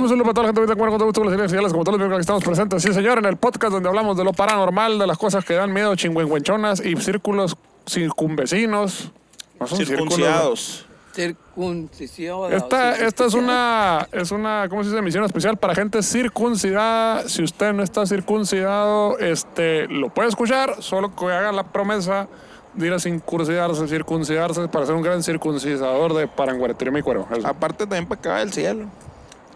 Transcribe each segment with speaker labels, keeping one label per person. Speaker 1: Un saludo para toda la gente que está con todo gusto con las series sociales, como todos los miércoles que estamos presentes. Sí, señor, en el podcast donde hablamos de lo paranormal, de las cosas que dan miedo, chingüengüenchonas y círculos circunvecinos. No son círculos,
Speaker 2: Circuncidados.
Speaker 3: Circuncisión.
Speaker 1: ¿no? Esta, esta es una, es una, ¿cómo se dice? Misión especial para gente circuncidada. Si usted no está circuncidado, este, lo puede escuchar, solo que haga la promesa de ir a circuncidarse, circuncidarse para ser un gran circuncisador de paranguaretirme mi cuero. Eso.
Speaker 2: Aparte también para acá del cielo.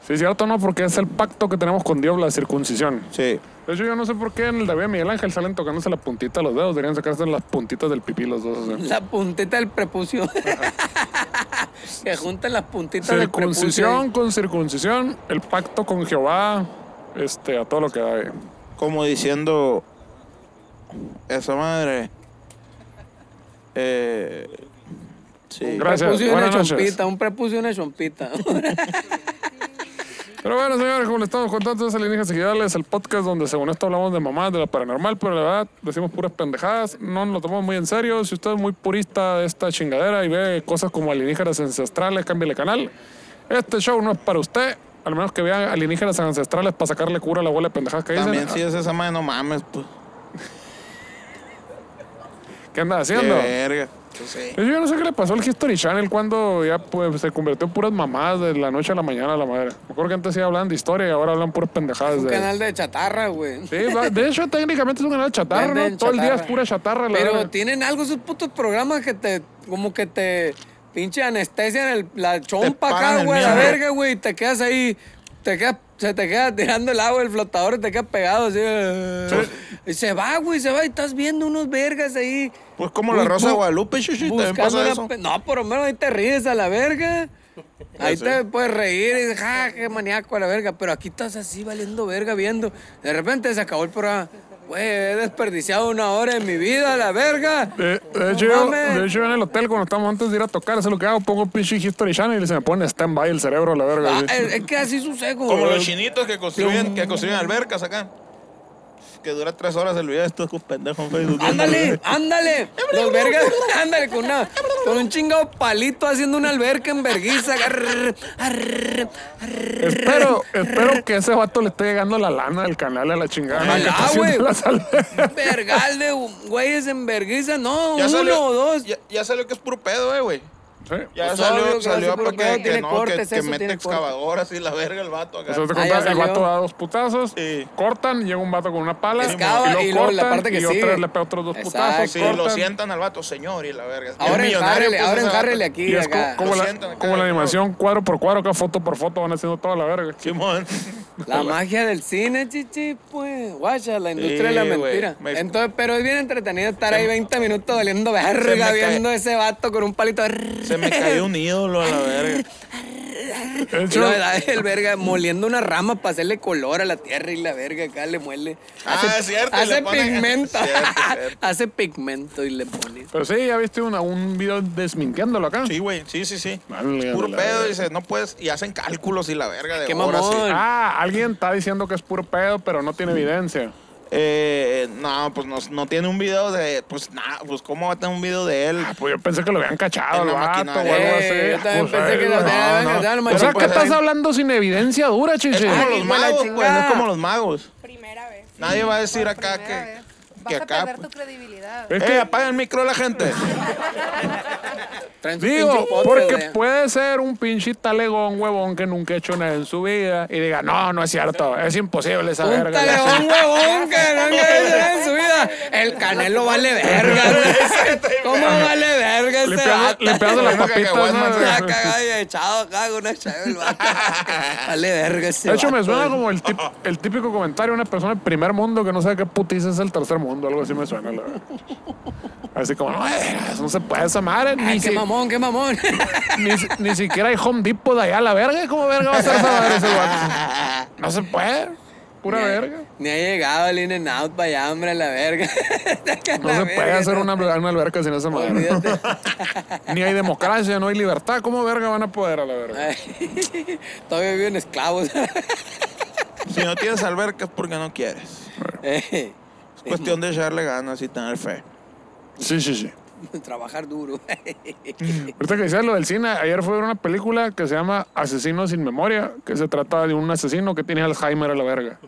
Speaker 1: Sí, cierto, no, porque es el pacto que tenemos con Dios, la circuncisión.
Speaker 2: Sí.
Speaker 1: De hecho, yo no sé por qué en el David y Miguel Ángel salen tocándose la puntita de los dedos. Deberían sacarse las puntitas del pipí los dos. o sea.
Speaker 3: La puntita del prepucio. que juntan las puntitas del prepucio.
Speaker 1: Circuncisión con circuncisión, el pacto con Jehová, este, a todo lo que da. eh.
Speaker 2: Como diciendo. Esa madre. Eh. Sí.
Speaker 1: Gra- Gracias,
Speaker 3: Un prepucio y una
Speaker 1: buenas noches.
Speaker 3: chompita, un prepucio y una chompita.
Speaker 1: Pero bueno, señores, como les estamos contando, es Alienígenas Ejidales, el podcast donde según esto hablamos de mamás, de lo paranormal, pero la verdad decimos puras pendejadas, no nos lo tomamos muy en serio. Si usted es muy purista de esta chingadera y ve cosas como alienígenas ancestrales, cámbiale canal. Este show no es para usted, al menos que vea alienígenas ancestrales para sacarle cura a la bola de pendejadas que
Speaker 2: También
Speaker 1: dicen.
Speaker 2: si es esa madre, no mames, pues.
Speaker 1: ¿Qué anda
Speaker 2: Qué
Speaker 1: haciendo?
Speaker 2: verga. Pues sí.
Speaker 1: Yo no sé qué le pasó al History Channel cuando ya pues, se convirtió en puras mamadas de la noche a la mañana a la madre. Me acuerdo que antes sí hablaban de historia y ahora hablan puras pendejadas.
Speaker 3: un
Speaker 1: de...
Speaker 3: canal de chatarra, güey.
Speaker 1: Sí, va- de hecho, técnicamente es un canal chatarra,
Speaker 3: Venden
Speaker 1: ¿no? Todo el día es
Speaker 3: chatarra.
Speaker 1: pura chatarra. La
Speaker 3: Pero
Speaker 1: verga.
Speaker 3: tienen algo esos putos programas que te, como que te pinche anestesian el, la chompa
Speaker 2: paran
Speaker 3: acá,
Speaker 2: el
Speaker 3: güey, la
Speaker 2: miembro.
Speaker 3: verga, güey, y te quedas ahí, te quedas, se te queda tirando el agua, el flotador, y te quedas pegado así. eh, Y se va, güey, se va, y estás viendo unos vergas ahí.
Speaker 2: Pues como la
Speaker 3: Bu-
Speaker 2: Rosa de
Speaker 3: bu-
Speaker 2: Guadalupe, chuchu, también
Speaker 3: buscando
Speaker 2: pasa
Speaker 3: una
Speaker 2: eso.
Speaker 3: pe- No, por lo menos ahí te ríes a la verga. Ahí
Speaker 2: Sí.
Speaker 3: te puedes reír y dices, ja, qué maníaco a la verga. Pero aquí estás así valiendo verga viendo. De repente se acabó el programa. Güey, he desperdiciado una hora de mi vida a la verga.
Speaker 1: De, Eh, de
Speaker 3: No
Speaker 1: hecho, yo,
Speaker 3: mames.
Speaker 1: de hecho, yo en el hotel, cuando estamos antes de ir a tocar, eso es lo que hago. Pongo pinche History Channel y se me pone stand-by el cerebro, la verga.
Speaker 3: Ah,
Speaker 1: así.
Speaker 3: es, es que así sucede, güey.
Speaker 2: Como los chinitos que construyen, que construyen albercas acá. Que dura tres horas el video de estos pendejos en Facebook.
Speaker 3: Ándale, ándale. Los vergas, ándale con una, con un chingado palito haciendo una alberca en verguiza. Arr, arr, arr.
Speaker 1: espero, espero que ese vato le esté llegando la lana del canal a la
Speaker 2: Ah,
Speaker 1: chingada.
Speaker 3: Ojalá,
Speaker 1: que está haciendo
Speaker 3: güey.
Speaker 1: las albergas.
Speaker 3: Vergal de güeyes en verguiza. No,
Speaker 2: Ya
Speaker 3: uno
Speaker 2: salió,
Speaker 3: o dos.
Speaker 2: Ya, ya salió que es puro pedo, eh, güey.
Speaker 1: Sí.
Speaker 2: Ya
Speaker 3: Pues obvio
Speaker 2: salió, salió
Speaker 3: que va a ser
Speaker 2: para
Speaker 3: puro pedo,
Speaker 2: que, que
Speaker 3: tiene
Speaker 2: no,
Speaker 3: cortes,
Speaker 2: que, que
Speaker 3: eso
Speaker 2: mete
Speaker 3: tiene cortes.
Speaker 2: excavadoras y la verga el vato acá.
Speaker 1: O sea, te
Speaker 3: Ah, ya
Speaker 1: contaba, el
Speaker 3: salió.
Speaker 1: vato da dos putazos,
Speaker 2: Sí.
Speaker 1: cortan, llega un vato con una pala,
Speaker 3: Excava,
Speaker 1: y lo
Speaker 3: y luego
Speaker 1: cortan,
Speaker 3: la parte que
Speaker 1: y otra
Speaker 3: sigue.
Speaker 1: vez le pega otros dos
Speaker 3: Exacto.
Speaker 1: putazos,
Speaker 2: sí,
Speaker 1: cortan,
Speaker 2: lo sientan al vato, señor, y la verga. pues,
Speaker 3: Ahora enjárrele, ahora enjárrele
Speaker 2: enjárrele
Speaker 3: aquí.
Speaker 1: y es co-
Speaker 3: acá.
Speaker 1: como,
Speaker 2: Lo
Speaker 1: la,
Speaker 2: sientan acá,
Speaker 1: como la
Speaker 2: claro.
Speaker 1: animación cuadro por cuadro, acá foto por foto, van haciendo toda la verga.
Speaker 2: Simón.
Speaker 3: La magia del cine, chichi, pues. Guacha, la industria
Speaker 2: Sí,
Speaker 3: de la
Speaker 2: güey.
Speaker 3: mentira.
Speaker 2: Me-
Speaker 3: Entonces, pero es bien entretenido estar ahí 20 minutos valiendo
Speaker 2: se me
Speaker 3: verga,
Speaker 2: cae-
Speaker 3: viendo ese vato con un palito.
Speaker 2: Se me cayó un ídolo a la verga.
Speaker 1: De
Speaker 3: Y eh,
Speaker 1: hecho,
Speaker 3: la verdad, el verga moliendo una rama para hacerle color a la tierra y la verga acá le muele.
Speaker 2: Ah, es cierto,
Speaker 3: Hace
Speaker 2: le ponen-
Speaker 3: pigmento.
Speaker 2: Cierto, cierto.
Speaker 3: hace pigmento y le pone.
Speaker 1: Pero sí, ya viste una- un video desmintiéndolo acá.
Speaker 2: Sí, güey, sí, sí, sí.
Speaker 1: Válgame
Speaker 2: Puro
Speaker 1: la
Speaker 2: pedo,
Speaker 1: verga.
Speaker 2: dice, no puedes, y hacen cálculos y la verga de
Speaker 3: Qué
Speaker 2: horas. sí.
Speaker 3: mamón.
Speaker 1: Ah, alguien está diciendo que es puro pedo, pero no tiene evidencia.
Speaker 2: Eh, no, pues no, no tiene un video de, pues nada, pues cómo va a tener un video de él.
Speaker 1: Ah, Pues yo pensé que lo habían cachado
Speaker 2: En
Speaker 1: al
Speaker 2: la
Speaker 1: vato o
Speaker 2: maquinaria.
Speaker 1: algo así.
Speaker 3: Eh, yo también
Speaker 1: Pues,
Speaker 3: pensé que
Speaker 1: eh,
Speaker 3: lo
Speaker 1: no.
Speaker 3: tenían
Speaker 2: no.
Speaker 3: cachado,
Speaker 1: O sea,
Speaker 3: macho.
Speaker 1: que estás hablando sin evidencia dura, chiche?
Speaker 2: Es como los
Speaker 3: hijo de la
Speaker 2: magos, pues, no es
Speaker 3: chingada.
Speaker 2: como los magos.
Speaker 4: Primera vez.
Speaker 2: Nadie va a decir
Speaker 4: Por
Speaker 2: acá
Speaker 4: primera
Speaker 2: que-
Speaker 4: vez.
Speaker 2: que
Speaker 4: Vas a
Speaker 2: acá,
Speaker 4: perder
Speaker 2: pues.
Speaker 4: tu credibilidad.
Speaker 1: Es
Speaker 2: ¡Eh,
Speaker 1: que-
Speaker 2: apaga el micro la gente!
Speaker 3: Traen su
Speaker 1: Digo,
Speaker 3: pinche pote,
Speaker 1: porque
Speaker 3: güey.
Speaker 1: puede ser un pinche talegón, huevón, que nunca ha hecho nada en su vida y diga, no, no es cierto, es imposible esa
Speaker 3: Un
Speaker 1: verga.
Speaker 3: taleón huevón que no han hecho nada en su vida. El canelo vale verga. güey. ¿Cómo vale verga este
Speaker 1: Limpiando-
Speaker 3: vato.
Speaker 1: limpiando las
Speaker 2: Bueno,
Speaker 1: papitas,
Speaker 2: cacahuasma,
Speaker 1: ¿no?
Speaker 3: Está cagado y echado acá con una chave el vato. Vale verga este
Speaker 1: De hecho, me
Speaker 3: vato.
Speaker 1: suena como el, tip- el típico comentario de una persona del primer mundo que no sabe qué putiza es el tercer mundo. Algo así me suena, la verdad. Así como, no, eh, eso no se puede esa madre.
Speaker 3: Ay,
Speaker 1: Ni,
Speaker 3: qué
Speaker 1: si-
Speaker 3: mamón, qué mamón.
Speaker 1: ni, si- ni siquiera hay Home Depot de allá a la verga. ¿Cómo verga va a ser esa madre ese vato? No se puede. Pura verga.
Speaker 3: Ni ha llegado el In-N-Out para allá, hombre, la verga.
Speaker 1: No se puede hacer una, una alberca sin esa madre. Ni hay democracia, no hay libertad. ¿Cómo verga van a poder a la verga?
Speaker 3: Todavía viven esclavos.
Speaker 2: Si no tienes alberca es porque no quieres.
Speaker 3: Ey,
Speaker 2: Es cuestión de echarle ganas y tener fe.
Speaker 1: Sí, sí, sí.
Speaker 3: Trabajar duro.
Speaker 1: Ahorita que decías lo del cine, ayer fue a ver una película que se llama Asesino sin memoria, que se trata de un asesino que tiene Alzheimer a la verga.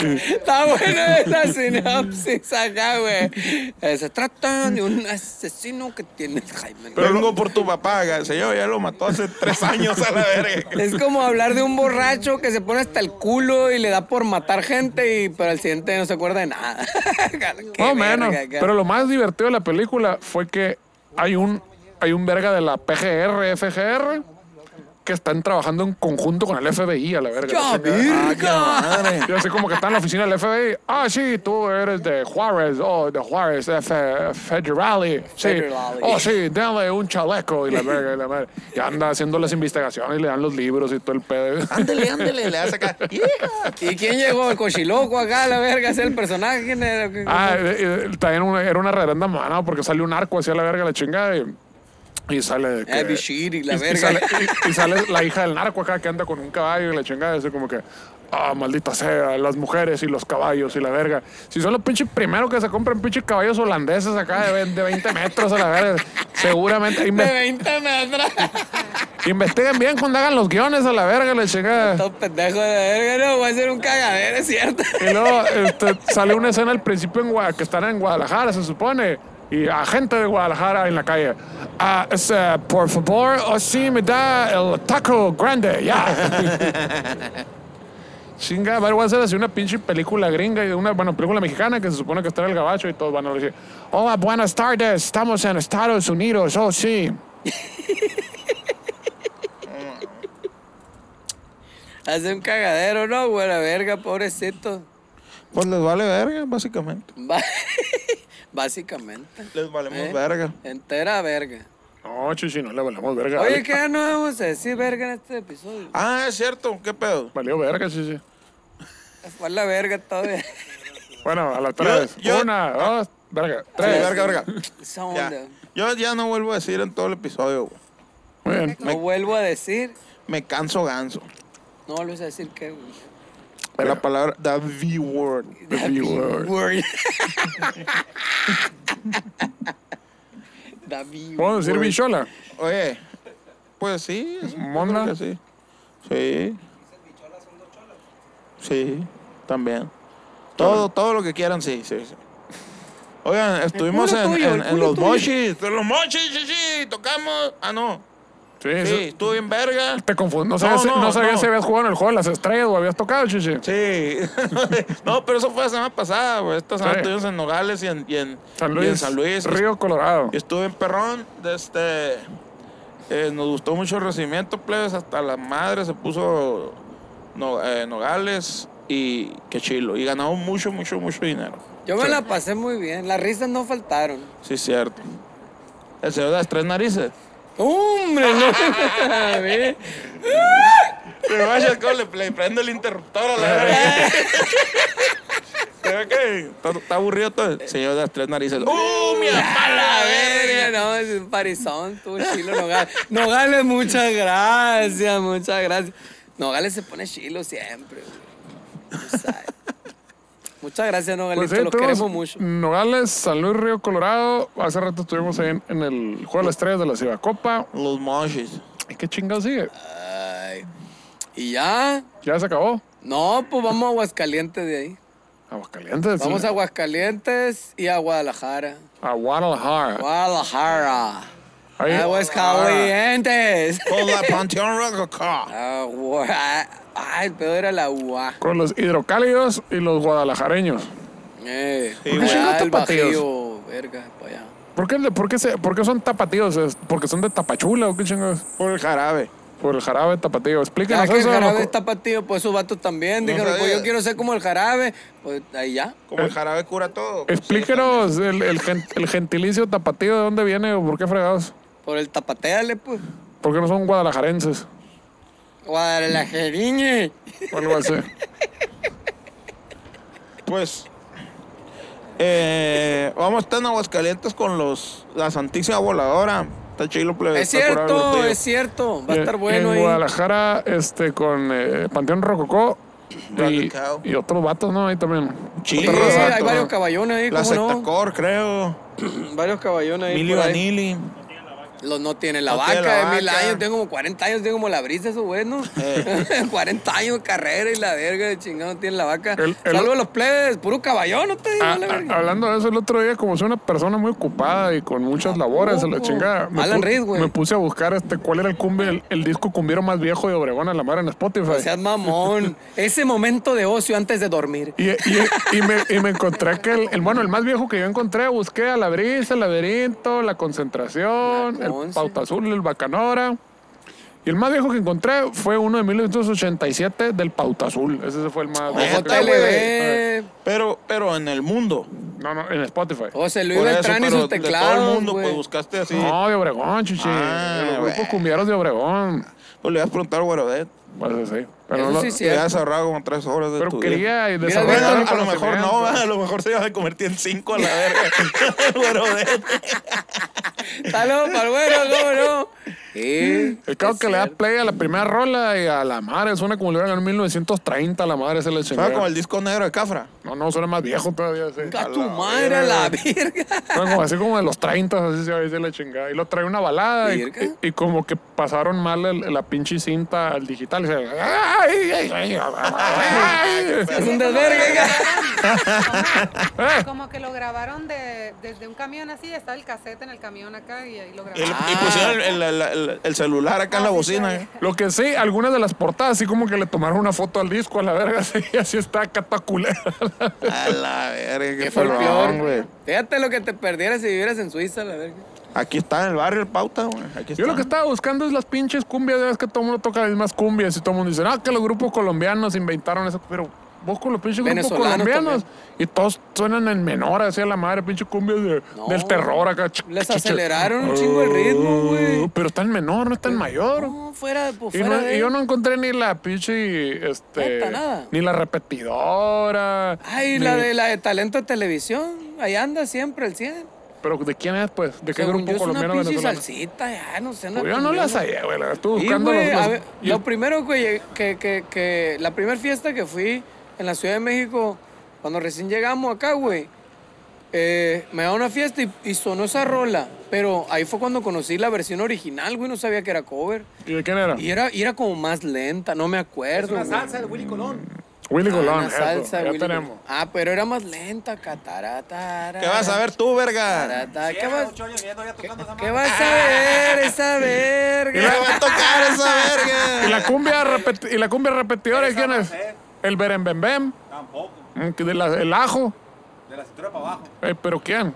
Speaker 3: Está Ah, bueno esa sinopsis acá, güey. Eh, Se trata de un asesino que tiene Alzheimer.
Speaker 2: Pero luego por tu papá, ga- señor, ya lo mató hace tres años a la verga.
Speaker 3: Es como hablar de un borracho que se pone hasta el culo y le da por matar gente, y pero al siguiente no se acuerda de nada. Qué
Speaker 1: Más o
Speaker 3: verga,
Speaker 1: menos.
Speaker 3: acá.
Speaker 1: Pero lo más divertido de la película fue que hay un, hay un verga de la PGR, FGR, que están trabajando en conjunto con el FBI a la verga.
Speaker 3: ¡Ya, verga!
Speaker 2: Madre.
Speaker 1: Y así como que está en la oficina del FBI. Ah, sí, tú eres de Juárez. Oh, de Juárez, F Federale. Sí.
Speaker 3: Federale.
Speaker 1: Oh, sí, dale un chaleco. Y la verga, y la madre. Y anda haciendo las investigaciones, le dan los libros y todo el pedo.
Speaker 2: Ándele, ándele, le hace acá. Yeah.
Speaker 3: ¿Y quién llegó? ¿El cochiloco acá, la verga? ¿Es el personaje? ¿Quién era? ¿Qué-
Speaker 1: Ah, eh, eh, también una- era una reverenda mano porque sale un arco hacia la verga, la chingada. Y, y sale. de que-
Speaker 3: Ah, Bishir y la
Speaker 1: y- y
Speaker 3: verga.
Speaker 1: sale- y- y sale la hija del narco acá que anda con un caballo y la chingada. Así como que. Ah, maldita sea, las mujeres y los caballos y la verga. Si son los pinches primero que se compran pinches caballos holandeses acá de, ve- de 20 metros a la verga, seguramente
Speaker 3: De
Speaker 1: inve-
Speaker 3: 20 metros.
Speaker 1: investiguen bien cuando hagan los guiones a la verga, la chingada.
Speaker 3: Todo pendejo de verga, no, voy a ser un cagadero, es cierto.
Speaker 1: Y luego este, sale una escena al principio en Gua- que están en Guadalajara, se supone. Y a gente de Guadalajara en la calle. Ah, es, eh, por favor, o sí me da el taco grande, ya. Chinga, va a ser así una pinche película gringa y de una, bueno, película mexicana que se supone que está en el gabacho y todos van a decir, hola, buenas tardes, estamos en Estados Unidos, oh sí.
Speaker 3: Hace un cagadero, no, güey, la verga, pobrecito.
Speaker 2: Pues les vale verga, básicamente.
Speaker 3: Ba- Básicamente.
Speaker 2: Les valemos
Speaker 3: ¿Eh?
Speaker 2: verga.
Speaker 3: Entera verga.
Speaker 1: No, chichi, no le valemos verga.
Speaker 3: Oye,
Speaker 1: Vale-
Speaker 3: ¿qué no vamos a decir verga en este episodio?
Speaker 2: Ah, es cierto, ¿qué pedo?
Speaker 1: Valió verga, chichi.
Speaker 3: Fue la verga todavía.
Speaker 1: Bueno, a las tres.
Speaker 2: yo-
Speaker 1: Una, dos, verga,
Speaker 2: Sí,
Speaker 1: tres.
Speaker 2: verga, verga.
Speaker 3: Esa onda.
Speaker 2: Ya. Yo ya no vuelvo a decir en todo el episodio, güey.
Speaker 1: Muy bien.
Speaker 3: No vuelvo a decir.
Speaker 2: Me canso ganso.
Speaker 3: No vuelves a decir que. güey.
Speaker 2: De la palabra the V word.
Speaker 1: The B word.
Speaker 3: Word. David.
Speaker 1: ¿Puedo decir
Speaker 3: word.
Speaker 1: bichola?
Speaker 2: Oye, pues sí. es- yo creo
Speaker 1: ¿Mona?
Speaker 2: que Sí. Sí. Sí, también. Todo, todo lo que quieran, sí, sí, sí. Oigan, estuvimos
Speaker 3: culo
Speaker 2: en,
Speaker 3: tuyo,
Speaker 2: en-
Speaker 3: el
Speaker 2: en
Speaker 3: culo
Speaker 2: los
Speaker 3: tuyo.
Speaker 2: mochis. En los mochis, sí, sí, tocamos. Ah, no.
Speaker 1: Sí,
Speaker 2: Sí,
Speaker 1: eso-
Speaker 2: estuve en verga.
Speaker 1: Te confundo. No sabía,
Speaker 2: No,
Speaker 1: si, no
Speaker 2: no,
Speaker 1: sabía
Speaker 2: no.
Speaker 1: si habías jugado en el juego de las estrellas o habías tocado, chichi.
Speaker 2: Sí. no, pero eso fue la semana pasada, güey. Esta semana
Speaker 1: Sí.
Speaker 2: estuvimos en Nogales y en, y en-
Speaker 1: San
Speaker 2: y
Speaker 1: Luis,
Speaker 2: en San Luis.
Speaker 1: Río Colorado.
Speaker 2: Estuve en Perrón, de este, eh, nos gustó mucho el recibimiento, plebes, hasta la madre se puso no- eh, Nogales y qué chilo. Y ganamos mucho, mucho, mucho dinero.
Speaker 3: Yo me la pasé muy bien. Las risas no faltaron.
Speaker 2: Sí, cierto. El señor de las tres narices.
Speaker 3: ¡Hombre, no! A ver.
Speaker 2: Pero vaya, ¿cómo le, le prendo el interruptor a la verga? Creo que está, está aburrido todo. El señor de las tres narices. ¡Uh, mi
Speaker 3: A la
Speaker 2: apala,
Speaker 3: verga, no, es un parizón, tú, chilo, Nogales. Nogales, muchas gracias, muchas gracias. Nogales se pone chilo siempre, güey. Tú sabes. Muchas gracias, Nogales,
Speaker 1: Pues sí,
Speaker 3: te lo
Speaker 1: estuvimos
Speaker 3: queremos mucho.
Speaker 1: Nogales, San Luis, Río Colorado. Hace rato estuvimos ahí en, en el juego de las estrellas de la Ciudad Copa.
Speaker 2: Los moshis.
Speaker 1: ¿Y qué chingado sigue?
Speaker 3: Ay. ¿Y ya?
Speaker 1: Ya se acabó.
Speaker 3: No, pues vamos a Aguascalientes de ahí.
Speaker 1: Aguascalientes.
Speaker 3: Vamos a Aguascalientes y a Guadalajara.
Speaker 1: a Guadalajara.
Speaker 3: Guadalajara.
Speaker 1: Ahí-
Speaker 3: Ah, eh. Aguascalientes.
Speaker 2: Con la Panteón Rock Car.
Speaker 3: Agua- Ay, el pedo era la UA.
Speaker 1: Con los hidrocálidos y los guadalajareños.
Speaker 3: Eh,
Speaker 5: ¿Por qué
Speaker 1: chingados
Speaker 3: al
Speaker 1: tapatíos?
Speaker 3: Bajío, verga, para allá.
Speaker 1: ¿Por qué, le- por qué se- por qué son tapatíos? ¿Es ¿Porque son de Tapachula o qué chingados?
Speaker 5: Por el jarabe.
Speaker 1: Por el jarabe tapatío.
Speaker 3: Ya
Speaker 1: Explíquenos
Speaker 3: que el
Speaker 1: eso.
Speaker 3: jarabe
Speaker 1: loco.
Speaker 3: está partido, pues esos vatos también dijeron,
Speaker 5: sabía.
Speaker 3: pues yo quiero ser como el jarabe, pues ahí ya.
Speaker 5: Como el
Speaker 2: Eh,
Speaker 5: jarabe cura todo. pues,
Speaker 1: Explíquenos el, el, gen- el gentilicio tapatío, ¿de dónde viene o por qué fregados?
Speaker 3: Por el tapateale, pues.
Speaker 1: ¿Por qué no son guadalajarenses?
Speaker 3: Guadalajariñe.
Speaker 1: O algo así.
Speaker 5: sí. Pues. eh, vamos a estar en Aguascalientes con los, la Santísima Voladora. Está chilo, plebe.
Speaker 3: Es
Speaker 5: está pues, curado el
Speaker 3: cierto,
Speaker 5: grupillo.
Speaker 3: es cierto. Va a
Speaker 1: Y-
Speaker 3: estar
Speaker 1: y Eh, En
Speaker 3: bueno ahí.
Speaker 1: Guadalajara, este, con eh, Panteón Rococó y,
Speaker 5: Bradley Cow.
Speaker 1: y otros vatos, ¿no? Ahí también.
Speaker 5: Chile,
Speaker 3: Sí,
Speaker 1: Otra raza.
Speaker 3: hay varios caballones ahí,
Speaker 5: pues, La
Speaker 3: ¿cómo no?
Speaker 5: Sectacor, creo.
Speaker 3: Varios caballones ahí.
Speaker 5: Emilio
Speaker 3: por ahí.
Speaker 5: Vanilli.
Speaker 3: Los no tiene la
Speaker 5: No
Speaker 3: vaca,
Speaker 5: tiene la
Speaker 3: de mil
Speaker 5: vaca.
Speaker 3: años, tengo como 40 años, tengo como la brisa, eso bueno.
Speaker 5: Eh.
Speaker 3: 40 años de carrera y la verga de chingado tiene la vaca.
Speaker 1: El- el-
Speaker 3: Salvo los plebes, puro caballón, no te digo
Speaker 1: Ah,
Speaker 3: la
Speaker 1: ah,
Speaker 3: verga.
Speaker 1: hablando de eso, el otro día, como soy una persona muy ocupada y con muchas labores, a la
Speaker 3: poco?
Speaker 1: chingada. Me,
Speaker 3: Alan
Speaker 1: pu-
Speaker 3: Reed, güey.
Speaker 1: me puse a buscar este, cuál era el, cumbi- el, el disco cumbiero más viejo de Obregón a la mar en Spotify.
Speaker 3: No seas mamón. Ese momento de ocio antes de dormir.
Speaker 1: Y, y- y me, y me encontré que el, el- bueno, el más viejo que yo encontré, busqué a la brisa, el laberinto, la concentración, el
Speaker 3: La Conce.
Speaker 1: pauta azul, el bacanora. Y el más viejo que encontré fue uno de 1987 del pauta azul. Ese fue el más viejo. que- Eh,
Speaker 3: JLB.
Speaker 5: Pero, pero en el mundo.
Speaker 1: No, no, en Spotify.
Speaker 3: José Luis
Speaker 5: Por eso,
Speaker 3: Beltrán y
Speaker 5: pero
Speaker 3: sus
Speaker 5: de todo el
Speaker 3: teclados.
Speaker 5: mundo, pues
Speaker 3: güey.
Speaker 5: buscaste así.
Speaker 1: No, de Obregón, chichi.
Speaker 5: Ah,
Speaker 1: los grupos
Speaker 5: güey.
Speaker 1: cumbieros de Obregón.
Speaker 5: Pues le vas a preguntar a Guarodet.
Speaker 1: Pues sí. Pero,
Speaker 3: Eso
Speaker 1: no-
Speaker 3: sí es
Speaker 5: Te has
Speaker 3: cierto.
Speaker 5: ahorrado como tres horas de
Speaker 1: pero
Speaker 5: tu vida.
Speaker 1: quería
Speaker 5: Bueno,
Speaker 1: desarrollar
Speaker 3: Mira,
Speaker 1: el
Speaker 5: a lo mejor
Speaker 1: conocimiento.
Speaker 5: no, va, a lo mejor se iba a convertir en cinco a la verga. Guarodet.
Speaker 3: Saludos para el güero, cómo no. Sí,
Speaker 1: El caso
Speaker 3: es
Speaker 1: que le da
Speaker 3: cierto.
Speaker 1: play a la primera rola y a la madre suena como le hubieran en 1930, a la madre se le chingó.
Speaker 5: Estaba como el disco negro de Cafra.
Speaker 1: No, no, suena más viejo todavía, sí.
Speaker 3: A tu
Speaker 5: la
Speaker 3: madre, a la verga.
Speaker 1: Suena como, así como de los 30, así se dice la chingada. Y lo trae una balada y,
Speaker 3: Virga.
Speaker 1: y- y como que pasaron mal el- la pinche cinta al digital. Y se- ¡Ay, ay, ay, ay, ay!
Speaker 3: Es un desvergue.
Speaker 1: Eh.
Speaker 4: Como que lo grabaron de, desde un camión así, estaba el cassette en el camión acá y ahí lo
Speaker 5: Y, le-
Speaker 4: grabaron.
Speaker 5: y pusieron el, el- el- el celular acá en la
Speaker 4: Ah, sí,
Speaker 5: bocina.
Speaker 4: sí.
Speaker 5: eh.
Speaker 1: Lo que sí, algunas de las portadas, así como que le tomaron una foto al disco a la verga, así, así está cataculera.
Speaker 5: A la verga, qué
Speaker 3: Qué folclor.
Speaker 5: pelón, güey.
Speaker 3: Fíjate lo que te perdieras si vivieras en Suiza, la verga.
Speaker 5: Aquí está en el barrio el pauta, güey. Aquí
Speaker 1: Yo lo que
Speaker 5: está.
Speaker 1: estaba buscando es las pinches cumbias, ya ves que todo el mundo toca las mismas cumbias y todo el mundo dice, ah, que los grupos colombianos inventaron eso, pero vos con los pinches grupos
Speaker 3: Venezolanos
Speaker 1: colombianos y todos suenan en menor, así a la madre, pinche cumbias de-
Speaker 3: No.
Speaker 1: del terror acá. ch-
Speaker 3: Les
Speaker 1: ch- ch-
Speaker 3: aceleraron un chingo el ritmo, güey.
Speaker 1: Pero está en menor, no está en mayor.
Speaker 3: No, fuera, pues
Speaker 1: Y,
Speaker 3: fuera
Speaker 1: no-
Speaker 3: de...
Speaker 1: y yo no encontré ni la pinche, este,
Speaker 3: Neta, nada.
Speaker 1: ni la repetidora.
Speaker 3: Ay,
Speaker 1: ni-
Speaker 3: la de, la de talento de televisión. Ahí anda siempre el 100.
Speaker 1: Pero ¿de quién es, pues? ¿De qué
Speaker 3: Según
Speaker 1: grupo
Speaker 3: yo, es una
Speaker 1: colombiano
Speaker 3: pinche
Speaker 1: venezolano?
Speaker 3: salsita, ya, no sé. una
Speaker 1: Pues yo no
Speaker 3: comida,
Speaker 1: las hallé, güey. las Estuve
Speaker 3: Sí,
Speaker 1: buscando
Speaker 3: güey,
Speaker 1: los- los-
Speaker 3: a ver,
Speaker 1: y-
Speaker 3: Lo primero güey, que, que, que la primera fiesta que fui en la Ciudad de México, cuando recién llegamos acá, güey, eh, me da una fiesta y, y sonó esa rola. Pero ahí fue cuando conocí la versión original, güey, no sabía que era cover.
Speaker 1: ¿Y de quién era?
Speaker 3: Y era, y era como más lenta, no me acuerdo.
Speaker 6: Una
Speaker 3: güey.
Speaker 6: salsa de Willy Colón.
Speaker 1: Willy
Speaker 3: Ah,
Speaker 1: Colón.
Speaker 3: una
Speaker 1: eso,
Speaker 3: salsa de
Speaker 1: ya
Speaker 3: Willy
Speaker 1: tenemos.
Speaker 3: Colón. Ah, pero era más lenta, catarata.
Speaker 5: ¿Qué vas a ver tú, verga?
Speaker 3: ¿Qué
Speaker 6: Cierra,
Speaker 3: vas,
Speaker 6: ocho años, ya todavía tocando esa
Speaker 3: ¿Qué
Speaker 6: madre.
Speaker 3: vas a ver esa
Speaker 5: ¿Qué le
Speaker 3: verga?
Speaker 5: va a tocar esa verga?
Speaker 1: ¿Y la cumbia, repeti- y la cumbia repetidora de quién es?
Speaker 3: eh.
Speaker 1: El berembembem,
Speaker 6: Tampoco.
Speaker 1: mm, que de la- el ajo.
Speaker 6: De la cintura para abajo.
Speaker 1: Eh, ¿Pero quién?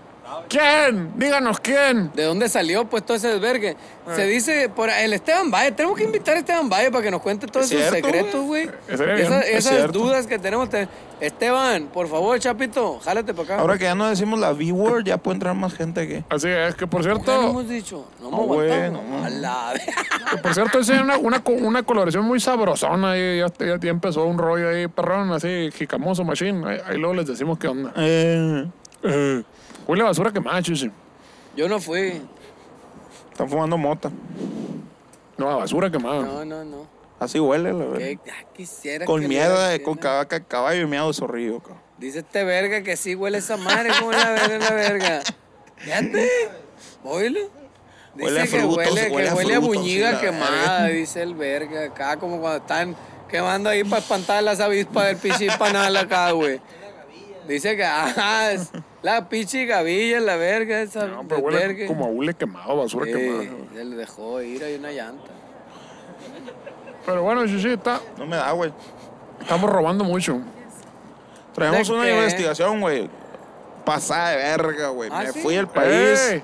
Speaker 1: ¿Quién? Díganos quién.
Speaker 3: ¿De dónde salió pues todo ese desvergue?
Speaker 5: Ah.
Speaker 3: Se dice por el Esteban Valle, tenemos que invitar a Esteban Valle para que nos cuente todos
Speaker 5: Es
Speaker 3: esos
Speaker 5: cierto,
Speaker 3: secretos, güey.
Speaker 1: Estaría bien.
Speaker 3: Esas,
Speaker 1: Es
Speaker 3: esas
Speaker 5: cierto.
Speaker 3: dudas que tenemos. te- Esteban, por favor, Chapito, jálate para acá.
Speaker 5: Ahora que ya no decimos la B-word, ya puede entrar más gente aquí.
Speaker 1: Así es que, por
Speaker 3: ¿Qué no
Speaker 1: cierto,
Speaker 3: hemos dicho? No
Speaker 5: Ah,
Speaker 3: hemos
Speaker 5: güey,
Speaker 3: aguantado.
Speaker 5: no, no.
Speaker 3: A la vez.
Speaker 1: que por cierto, es una, una, co- una coloración muy sabrosona. Ahí, ya, ya- ya empezó un rollo ahí, perrón, así, jicamoso, machine. Ahí, ahí luego les decimos qué onda.
Speaker 5: Eh,
Speaker 1: Eh, huele a basura quemada, chichi.
Speaker 3: Yo no fui.
Speaker 5: están fumando mota.
Speaker 1: No, a basura quemada.
Speaker 3: No, no, no.
Speaker 5: Así huele, la verga.
Speaker 3: Que- ah, quisiera
Speaker 5: Con
Speaker 3: que
Speaker 5: miedo
Speaker 3: le-
Speaker 5: de con cabaca, caballo y miedo de zorrillo, cabrón.
Speaker 3: Dice este verga que sí huele esa madre como la verga, la verga. Fíjate, oílo. Dice
Speaker 5: Huele a
Speaker 3: que
Speaker 5: frutos,
Speaker 3: huele,
Speaker 5: huele
Speaker 3: que
Speaker 5: a
Speaker 3: huele a
Speaker 5: frutos,
Speaker 3: buñiga
Speaker 5: sí, la
Speaker 3: quemada,
Speaker 5: verga.
Speaker 3: dice el verga. Acá como cuando están quemando ahí para espantar las avispas del pichi panal acá, güey. Dice que, ajá, es la pichi gavilla, la verga, esa
Speaker 1: No, pero huele
Speaker 3: verga.
Speaker 1: como a hule quemado, basura
Speaker 3: Sí,
Speaker 1: quemada.
Speaker 3: se le dejó ir, hay una llanta.
Speaker 1: Pero bueno, Chichi, está-
Speaker 5: No me da, güey.
Speaker 1: estamos robando mucho.
Speaker 2: Traemos
Speaker 3: ¿De
Speaker 2: una
Speaker 3: qué?
Speaker 2: investigación, güey. Pasada de verga, güey.
Speaker 3: ¿Ah,
Speaker 2: Me
Speaker 3: sí?
Speaker 2: fui del país.
Speaker 1: ¡Ey!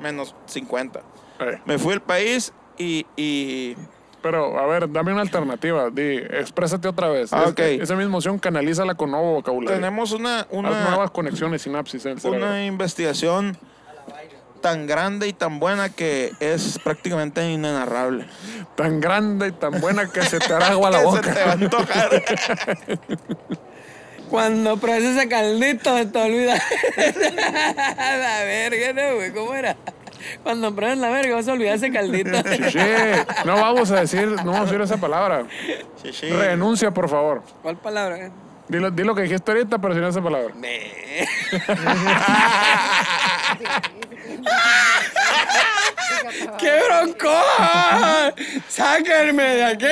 Speaker 2: Menos 50.
Speaker 1: Ey.
Speaker 2: Me fui del país y. y
Speaker 1: Pero, a ver, dame una alternativa. Di, exprésate otra vez.
Speaker 2: Ah,
Speaker 1: Es-
Speaker 2: ok.
Speaker 1: Esa misma emoción canalízala con nuevo vocabulario.
Speaker 2: tenemos una,
Speaker 1: Haz
Speaker 2: una,
Speaker 1: nuevas conexiones, sinapsis. en el cerebro.
Speaker 2: una investigación tan grande y tan buena que es prácticamente inenarrable.
Speaker 1: Tan grande y tan buena que se te hará agua la
Speaker 2: Que
Speaker 1: boca.
Speaker 2: Se te va a antojar.
Speaker 3: Cuando pruebes ese caldito, se te olvida. la verga, ¿no, güey? ¿Cómo era? Cuando pruebes la verga, vas a olvidar ese caldito.
Speaker 1: Sí, no vamos a decir, no vamos a decir esa palabra.
Speaker 2: Sí, sí.
Speaker 1: Renuncia, por favor.
Speaker 3: ¿Cuál palabra? eh?
Speaker 1: Dilo, di lo que dijiste ahorita, pero sin esa palabra.
Speaker 3: Me. ¡Qué bronco! ¡Sáquenme de aquí!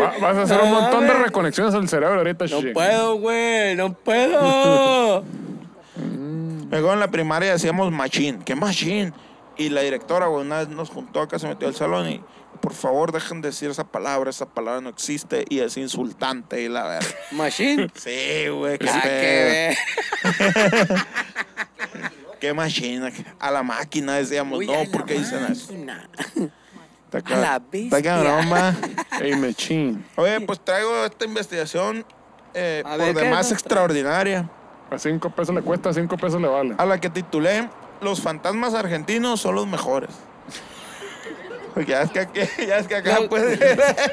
Speaker 1: Va- vas a hacer un
Speaker 3: No
Speaker 1: montón de
Speaker 3: mames.
Speaker 1: reconexiones al cerebro ahorita,
Speaker 3: No
Speaker 1: Shishi.
Speaker 3: puedo, güey, no puedo.
Speaker 2: Luego en la primaria decíamos machín, ¿qué machín? Y la directora, güey, una vez nos juntó acá, se metió al salón y, por favor, dejen de decir esa palabra, esa palabra no existe y es insultante y la verga.
Speaker 3: Machine.
Speaker 2: Sí, güey, qué
Speaker 3: Ah,
Speaker 2: pedo.
Speaker 3: qué
Speaker 2: Qué machín, a la máquina decíamos,
Speaker 3: Uy, a
Speaker 2: Pues no,
Speaker 3: la
Speaker 2: ¿por qué dicen eso?
Speaker 3: máquina.
Speaker 2: Está
Speaker 3: A
Speaker 2: ca-
Speaker 3: la
Speaker 2: Está
Speaker 3: bestia.
Speaker 2: cabrón, va.
Speaker 1: Ey, mechín.
Speaker 2: Oye, pues traigo esta investigación eh,
Speaker 3: A
Speaker 2: por
Speaker 3: ver, ¿qué
Speaker 2: demás
Speaker 3: nos trae?
Speaker 2: extraordinaria.
Speaker 1: A cinco pesos le cuesta, a cinco pesos le vale.
Speaker 2: a la que titulé Los fantasmas argentinos son los mejores. Porque ya es que aquí, ya es que acá
Speaker 3: La-
Speaker 2: pues,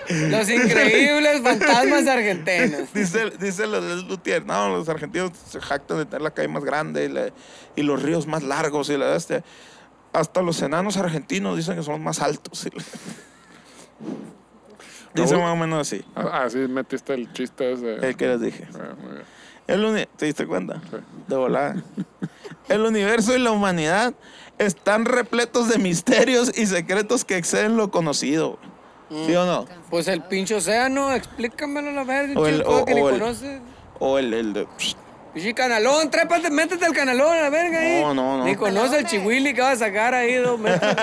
Speaker 3: Los increíbles fantasmas argentinos.
Speaker 2: dice, dice los Les Luthier, no, los argentinos se jactan de tener la calle más grande y, la- y los ríos más largos y la este. Hasta los enanos argentinos dicen que son los más altos. y la- dice más o menos así,
Speaker 1: Ah, ah, sí, metiste el chiste ese.
Speaker 2: el que les dije.
Speaker 1: Ah, muy bien.
Speaker 2: El uni- ¿Te diste cuenta? De volada. El universo y la humanidad están repletos de misterios y secretos que exceden lo conocido. ¿Sí o no?
Speaker 3: Pues el pinche océano, explícamelo a la verga,
Speaker 2: O
Speaker 3: o
Speaker 2: el- o-
Speaker 3: que ni
Speaker 2: o el-
Speaker 3: conoces.
Speaker 2: O el, el de...
Speaker 3: Pinche canalón, trépate, métete al canalón a la verga ahí.
Speaker 2: No, no, no.
Speaker 3: Ni conoce el
Speaker 4: Canalones.
Speaker 3: chihuili que va a sacar ahí dos metros.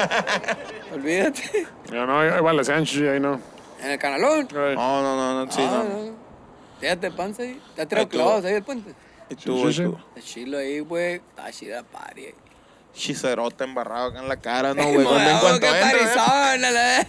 Speaker 3: Olvídate.
Speaker 1: Ya no, ahí- ahí vale, sean Shishi, ahí no.
Speaker 3: En el canalón.
Speaker 1: Ey.
Speaker 2: No, no, no, no, sí,
Speaker 3: Ah,
Speaker 2: no.
Speaker 3: no. Fíjate, panza ahí. Te has tirado
Speaker 2: Ahí tú.
Speaker 3: clavos ahí del puente.
Speaker 2: Y tú,
Speaker 1: Sí,
Speaker 2: y
Speaker 1: sí,
Speaker 2: tú.
Speaker 1: sí.
Speaker 3: Está chilo ahí, güey. Está chida pari ahí.
Speaker 2: Chicerote embarrado acá en la cara, no, güey. Cuando en
Speaker 3: Morado,
Speaker 2: cuanto
Speaker 3: qué
Speaker 2: entra,
Speaker 3: parizón, a la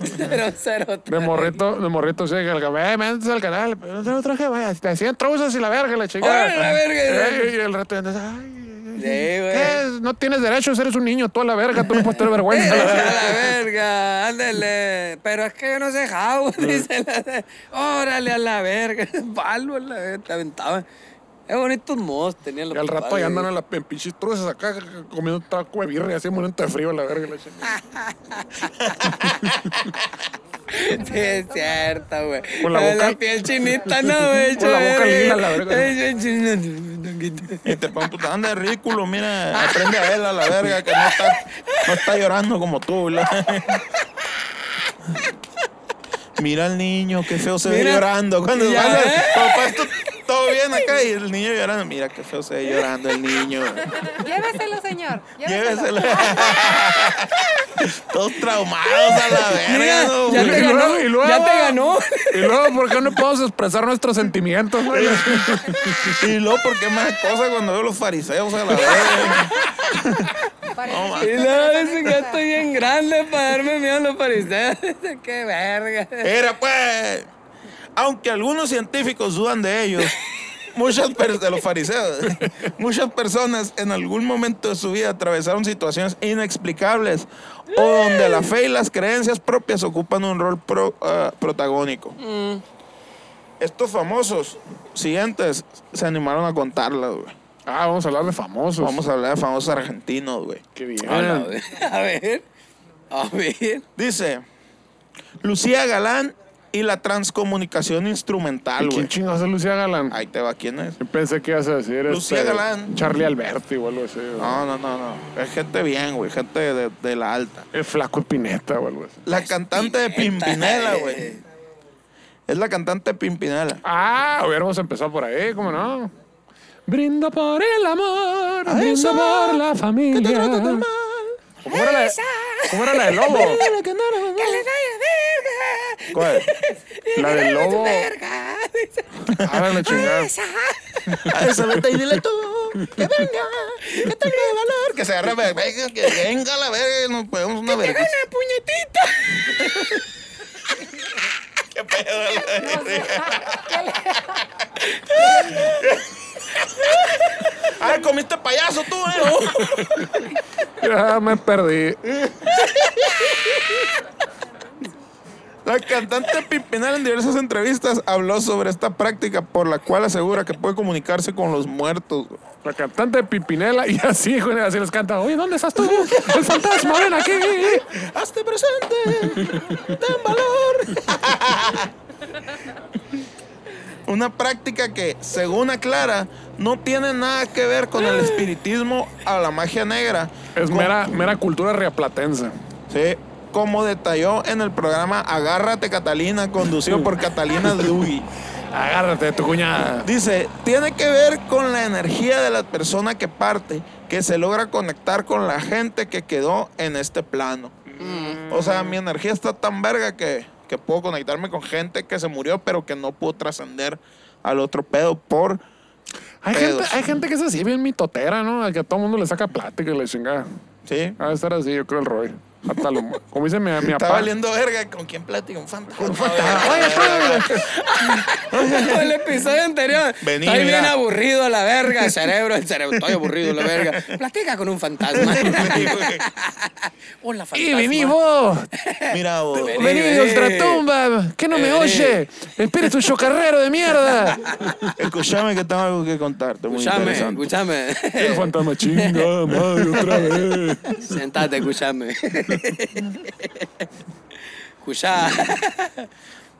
Speaker 3: Pero cero.
Speaker 1: De morrito, de morrito, sí, que el cabrón, eh, métete al canal, pero no te lo traje, vaya, te hacían trozos y la verga, la chica.
Speaker 3: Órale, la verga.
Speaker 1: y el rato, andas, ay, ay,
Speaker 3: Sí,
Speaker 1: ay.
Speaker 3: güey.
Speaker 1: ¿Qué es? No tienes derechos, eres un niño, toda la verga, tú no puedes tener
Speaker 3: Eh,
Speaker 1: vergüenza.
Speaker 3: a la verga, ándale. Pero es que yo no sé how, dice la. Órale, a la verga. Palo, a la verga. Te aventaban. Qué bonitos modos tenían los
Speaker 1: Y al rato ahí
Speaker 3: papás,
Speaker 1: andan
Speaker 3: güey.
Speaker 1: en las en pinches truces acá comiendo taco de birria, así muriendo de frío la verga. La chingada.
Speaker 3: Sí, es cierto, güey.
Speaker 1: Con la boca-
Speaker 3: piel chinita, no, güey.
Speaker 1: Con la boca lila, la verga.
Speaker 3: verga.
Speaker 2: Y te ponen puta, anda de ridículo, mira, aprende a verla, la verga, que no está, no está llorando como tú, la- Mira al niño, qué feo se ve
Speaker 3: Mira.
Speaker 2: llorando. Cuando
Speaker 3: Ya
Speaker 2: pasa,
Speaker 3: ves.
Speaker 2: cuando pasa esto, todo bien acá y el niño llorando. Mira qué feo se ve llorando el niño.
Speaker 4: Lléveselo, señor. Lléveselo.
Speaker 2: Lléveselo. Todos traumados a la verga,
Speaker 3: Mira,
Speaker 2: no,
Speaker 3: ya
Speaker 2: güey.
Speaker 3: te
Speaker 1: Y
Speaker 3: ganó,
Speaker 1: luego- y luego-
Speaker 3: ya te ganó.
Speaker 1: Y luego, ¿por qué no podemos expresar nuestros sentimientos, güey?
Speaker 2: Y luego, ¿por qué más cosas cuando veo los fariseos a la verga?
Speaker 4: Parece
Speaker 2: No,
Speaker 4: chiste,
Speaker 3: Y
Speaker 4: pero
Speaker 3: luego
Speaker 4: son
Speaker 3: dice que ya
Speaker 4: cosas.
Speaker 3: estoy bien grande para darme miedo a los fariseos. Qué verga.
Speaker 2: Era pues, aunque algunos científicos dudan de ellos, muchas per- de los fariseos, muchas personas en algún momento de su vida atravesaron situaciones inexplicables o donde la fe y las creencias propias ocupan un rol pro- ah, protagónico.
Speaker 1: Mm.
Speaker 2: Estos famosos siguientes se animaron a contarlas, güey.
Speaker 1: Ah, vamos a hablar de famosos.
Speaker 2: Vamos a hablar de famosos argentinos, güey.
Speaker 1: Qué bien.
Speaker 3: A la ver- a ver, a ver.
Speaker 2: Dice, Lucía Galán y la transcomunicación instrumental,
Speaker 1: ¿Y
Speaker 2: güey.
Speaker 1: ¿Quién chingados es Lucía Galán?
Speaker 2: Ahí te va, ¿quién es?
Speaker 1: Yo pensé que ibas a decir
Speaker 2: Lucía
Speaker 1: este,
Speaker 2: Galán. Ah.
Speaker 1: Charlie Alberti o algo así. güey.
Speaker 2: No, no, no, no. Es gente bien, güey. Gente de, de la alta.
Speaker 1: El flaco Pineta o algo así.
Speaker 2: La cantante de Pimpinela, güey. Es la cantante de Pimpinela.
Speaker 1: Ah, hubiéramos empezado por ahí, ¿cómo no? Brindo por el amor, brindo por la familia. ¿Cómo era la, ¿Cómo era la del lobo?
Speaker 3: Que le vaya verga,
Speaker 2: ¿Cuál?
Speaker 1: La del lobo. Ah, Ahora la chingada.
Speaker 4: A esa vete y dile tú, que venga, que tenga valor, que se agarre, venga, que venga la verga, nos podemos una verga.
Speaker 3: puñetita!
Speaker 4: ¿Qué pedo la verga? Ah, comiste payaso tú, eh.
Speaker 1: Ya me perdí.
Speaker 2: La cantante Pimpinal en diversas entrevistas habló sobre esta práctica por la cual asegura que puede comunicarse con los muertos. güey.
Speaker 1: La cantante de Pimpinela y así, güey, así les canta. Oye, ¿dónde estás tú? El fantasma, ven aquí.
Speaker 4: Hazte presente, ten valor.
Speaker 2: Una práctica que, según aclara, no tiene nada que ver con el espiritismo a la magia negra.
Speaker 1: Es
Speaker 2: Con-
Speaker 1: mera, mera cultura riaplatense.
Speaker 2: Sí, como detalló en el programa Agárrate Catalina, conducido por Catalina Dugi.
Speaker 1: Agárrate de tu cuñada.
Speaker 2: Dice, tiene que ver con la energía de la persona que parte, que se logra conectar con la gente que quedó en este plano. O sea, mi energía está tan verga que, que puedo conectarme con gente que se murió, pero que no pudo trascender al otro pedo por...
Speaker 1: Hay
Speaker 2: Pedos.
Speaker 1: gente, hay gente que es así, bien mitotera, ¿no? A que a todo mundo le saca plática y le chingada.
Speaker 2: Sí.
Speaker 1: Ha de ser así, yo creo, el Roy. Hasta lo, como dice mi, mi
Speaker 2: Está
Speaker 1: papá.
Speaker 2: valiendo verga, ¿con quién platica? Un fantasma.
Speaker 1: Oye, tú,
Speaker 3: Como el episodio anterior.
Speaker 2: Vení,
Speaker 3: Estoy
Speaker 2: mira.
Speaker 3: bien aburrido a la verga, el cerebro, el cerebro. Estoy aburrido a la verga. Platica con un fantasma. Hola, fantasma.
Speaker 1: Y vení vos,
Speaker 2: Eh, Mira vos.
Speaker 1: vení
Speaker 2: eh.
Speaker 1: de
Speaker 3: vení.
Speaker 1: ultratumba, que no me
Speaker 3: Vení.
Speaker 1: oye, espíritu chocarrero de mierda.
Speaker 2: Escúchame que tengo algo que contarte. Muy
Speaker 3: Escúchame,
Speaker 2: interesante.
Speaker 3: escúchame.
Speaker 1: El fantasma chinga, madre, otra vez.
Speaker 3: Sentate, escúchame. Escuchá.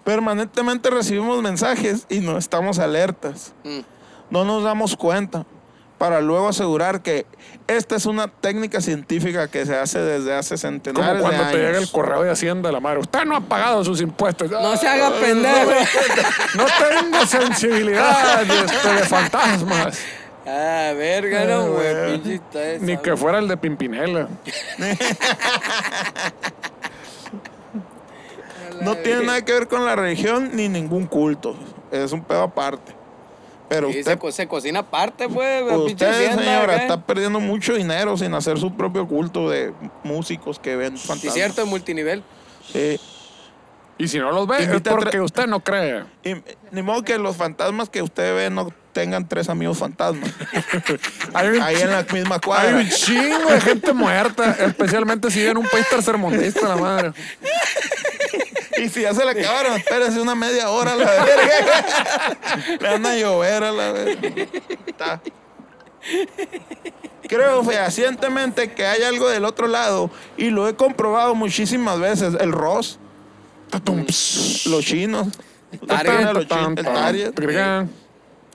Speaker 2: Permanentemente recibimos mensajes y no estamos alertas. No nos damos cuenta para luego asegurar que esta es una técnica científica que se hace desde hace centenares
Speaker 1: Como
Speaker 2: de
Speaker 1: cuando te llega el
Speaker 2: años.
Speaker 1: correo de Hacienda de la madre. Usted no ha pagado sus impuestos.
Speaker 3: No se haga pendejo.
Speaker 1: No tengo sensibilidad este, de fantasmas.
Speaker 3: Ah, verga, no, güey. Pinche historia
Speaker 1: Ni
Speaker 3: esa,
Speaker 1: que fuera el de Pimpinela.
Speaker 2: No tiene nada que ver con la religión ni ningún culto. Es un pedo aparte. Pero
Speaker 3: Sí,
Speaker 2: usted,
Speaker 3: se, co- se cocina aparte, pues. pinche
Speaker 2: usted
Speaker 3: hacienda,
Speaker 2: señora,
Speaker 3: acá.
Speaker 2: está perdiendo mucho dinero sin hacer su propio culto de músicos que ven
Speaker 3: Sí,
Speaker 2: fantasmas.
Speaker 3: cierto, es multinivel.
Speaker 2: Sí.
Speaker 1: Y si no los ve, es
Speaker 2: Invita a tra-
Speaker 1: porque usted no cree.
Speaker 2: Y, ni modo que los fantasmas que usted ve no tengan tres amigos fantasmas.
Speaker 1: Hay un,
Speaker 2: Ahí en la misma
Speaker 1: hay
Speaker 2: cuadra.
Speaker 1: un chingo de gente muerta, especialmente si vive en un país tercermundista, la madre.
Speaker 2: Y si ya se le acabaron, espérense una media hora a la verga. Le van a llover a la verga. Está. Creo fehacientemente que hay algo del otro lado y lo he comprobado muchísimas veces. El Ross,
Speaker 1: Tatum, pss,
Speaker 2: los chinos. Usted
Speaker 3: Target.
Speaker 2: tiene los
Speaker 1: tatam,
Speaker 2: chinos, el
Speaker 1: tam,
Speaker 2: Target.
Speaker 1: trigan.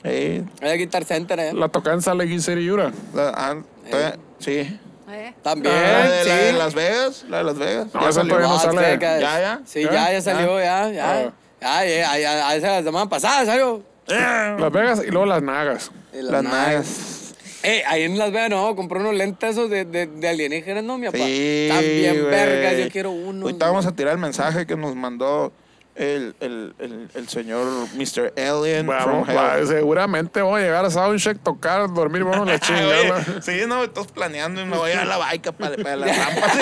Speaker 2: Sí,
Speaker 3: Hay Guitar Center, eh.
Speaker 1: La tocan sale Guiseri Yura.
Speaker 2: la- ah, todavía- sí.
Speaker 7: Eh,
Speaker 3: También,
Speaker 2: La de,
Speaker 3: sí.
Speaker 2: la de Las Vegas, la de Las Vegas.
Speaker 1: No,
Speaker 2: Ya
Speaker 1: esa
Speaker 2: salió.
Speaker 1: todavía no
Speaker 3: No,
Speaker 1: sale.
Speaker 3: sé que-
Speaker 2: ¿Ya, ya?
Speaker 3: Sí,
Speaker 1: ¿Ya?
Speaker 3: ya, Ah. ya salió, ya, eh, ya. Ya, ya, ya, ya, esa la semana pasada salió.
Speaker 1: Las Vegas y luego las Nagas.
Speaker 3: Y
Speaker 2: Las
Speaker 3: nagas.
Speaker 2: Nagas.
Speaker 3: Eh, ahí en Las Vegas no, compré unos lentes esos de, de, de alienígenas, ¿no, mi papá?
Speaker 2: Sí,
Speaker 3: También
Speaker 2: güey.
Speaker 3: vergas, yo quiero uno.
Speaker 2: Ahorita vamos a tirar el mensaje que nos mandó el, el, el, el señor Mr. Alien
Speaker 1: Vamos,
Speaker 2: from Hell.
Speaker 1: va, seguramente voy a llegar a Soundcheck, tocar, dormir, vamos la
Speaker 2: Ah, güey,
Speaker 1: chingada.
Speaker 2: sí, no, estás planeando y me voy a la baica para, para la rampa. sí,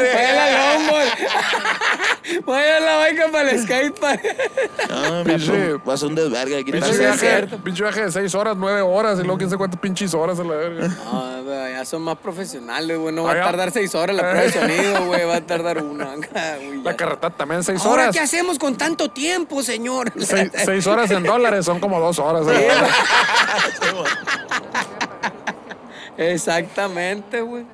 Speaker 3: Voy
Speaker 2: la
Speaker 3: a la longboard. Voy a la baica para el skatepark.
Speaker 2: verga.
Speaker 1: Pinche-
Speaker 2: vas a hacer un desvergue aquí.
Speaker 1: Pinche
Speaker 3: Sí, es
Speaker 1: viaje,
Speaker 3: cierto.
Speaker 1: pinche viaje de 6 horas, 9 horas y luego quién sabe cuántas pinches horas a la verga.
Speaker 3: No, pero ya son más profesionales, güey. No va
Speaker 1: Allá.
Speaker 3: a tardar seis horas la prueba de sonido, güey. Va a tardar una. acá, güey,
Speaker 1: La
Speaker 3: ya.
Speaker 1: carretera también 6
Speaker 3: Ahora,
Speaker 1: horas.
Speaker 3: ¿qué hacemos con tanto tiempo, señor?
Speaker 1: 6 horas en dólares son como 2 horas. ¿eh? a la verga.
Speaker 3: Exactamente, güey.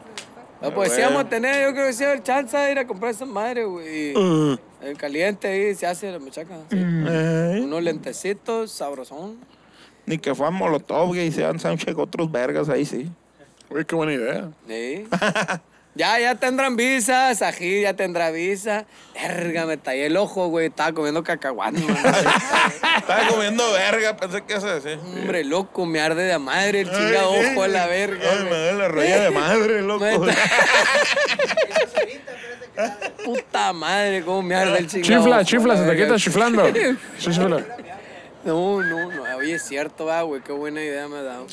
Speaker 3: No, pues sí vamos a tener, yo creo que sí va a haber chance de ir a comprar esa madre, güey.
Speaker 1: Mm.
Speaker 3: El caliente ahí se hace la muchaca. sí. Unos lentecitos, sabrosón.
Speaker 2: Ni que fue a Molotov güey, y sean Sánchez otros vergas ahí, sí.
Speaker 1: Uy, qué buena idea.
Speaker 3: Sí. Ya, ya tendrán visa, Sají ya tendrá visa. Verga, me tallé el ojo, güey. Estaba comiendo cacahuano.
Speaker 2: Estaba comiendo verga, pensé que eso decía.
Speaker 3: Hombre, loco, me arde de madre el chinga
Speaker 2: Ay,
Speaker 3: ojo a la
Speaker 2: ay,
Speaker 3: verga.
Speaker 2: Ay, me
Speaker 3: güey.
Speaker 2: duele la raya de madre, loco.
Speaker 3: Me- Puta madre, cómo me arde el chingado.
Speaker 1: Chifla,
Speaker 3: ojo,
Speaker 1: chifla, se
Speaker 3: la
Speaker 1: te
Speaker 3: verga.
Speaker 1: quita chiflando. Chifla.
Speaker 3: No, no, no. Oye, es cierto, va, güey. Qué buena idea me ha dado.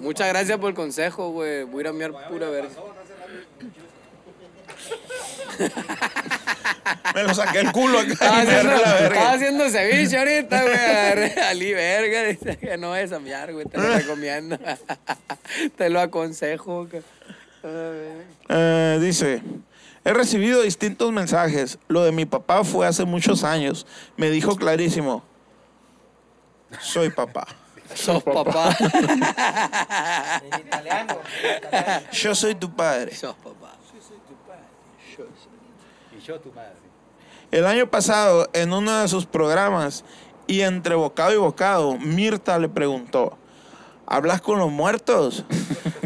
Speaker 3: Muchas gracias por el consejo, güey. Voy a ir a mirar pura verga.
Speaker 2: Me lo saqué el culo acá.
Speaker 3: Estaba
Speaker 2: y me
Speaker 3: haciendo,
Speaker 2: agarré la verga.
Speaker 3: estaba haciendo ceviche ahorita, güey. Agarré Ali, verga. Dice que no es ambiar, güey. Te lo recomiendo. Te lo aconsejo. güey.
Speaker 2: Eh, dice, he recibido distintos mensajes. Lo de mi papá fue hace muchos años. Me dijo clarísimo, soy papá.
Speaker 3: Sos papá.
Speaker 6: En italiano. en italiano.
Speaker 2: Yo soy tu padre.
Speaker 3: Sos papá.
Speaker 6: Y yo tu madre.
Speaker 2: El año pasado, en uno de sus programas, y entre bocado y bocado, Mirta le preguntó, ¿hablas con los muertos?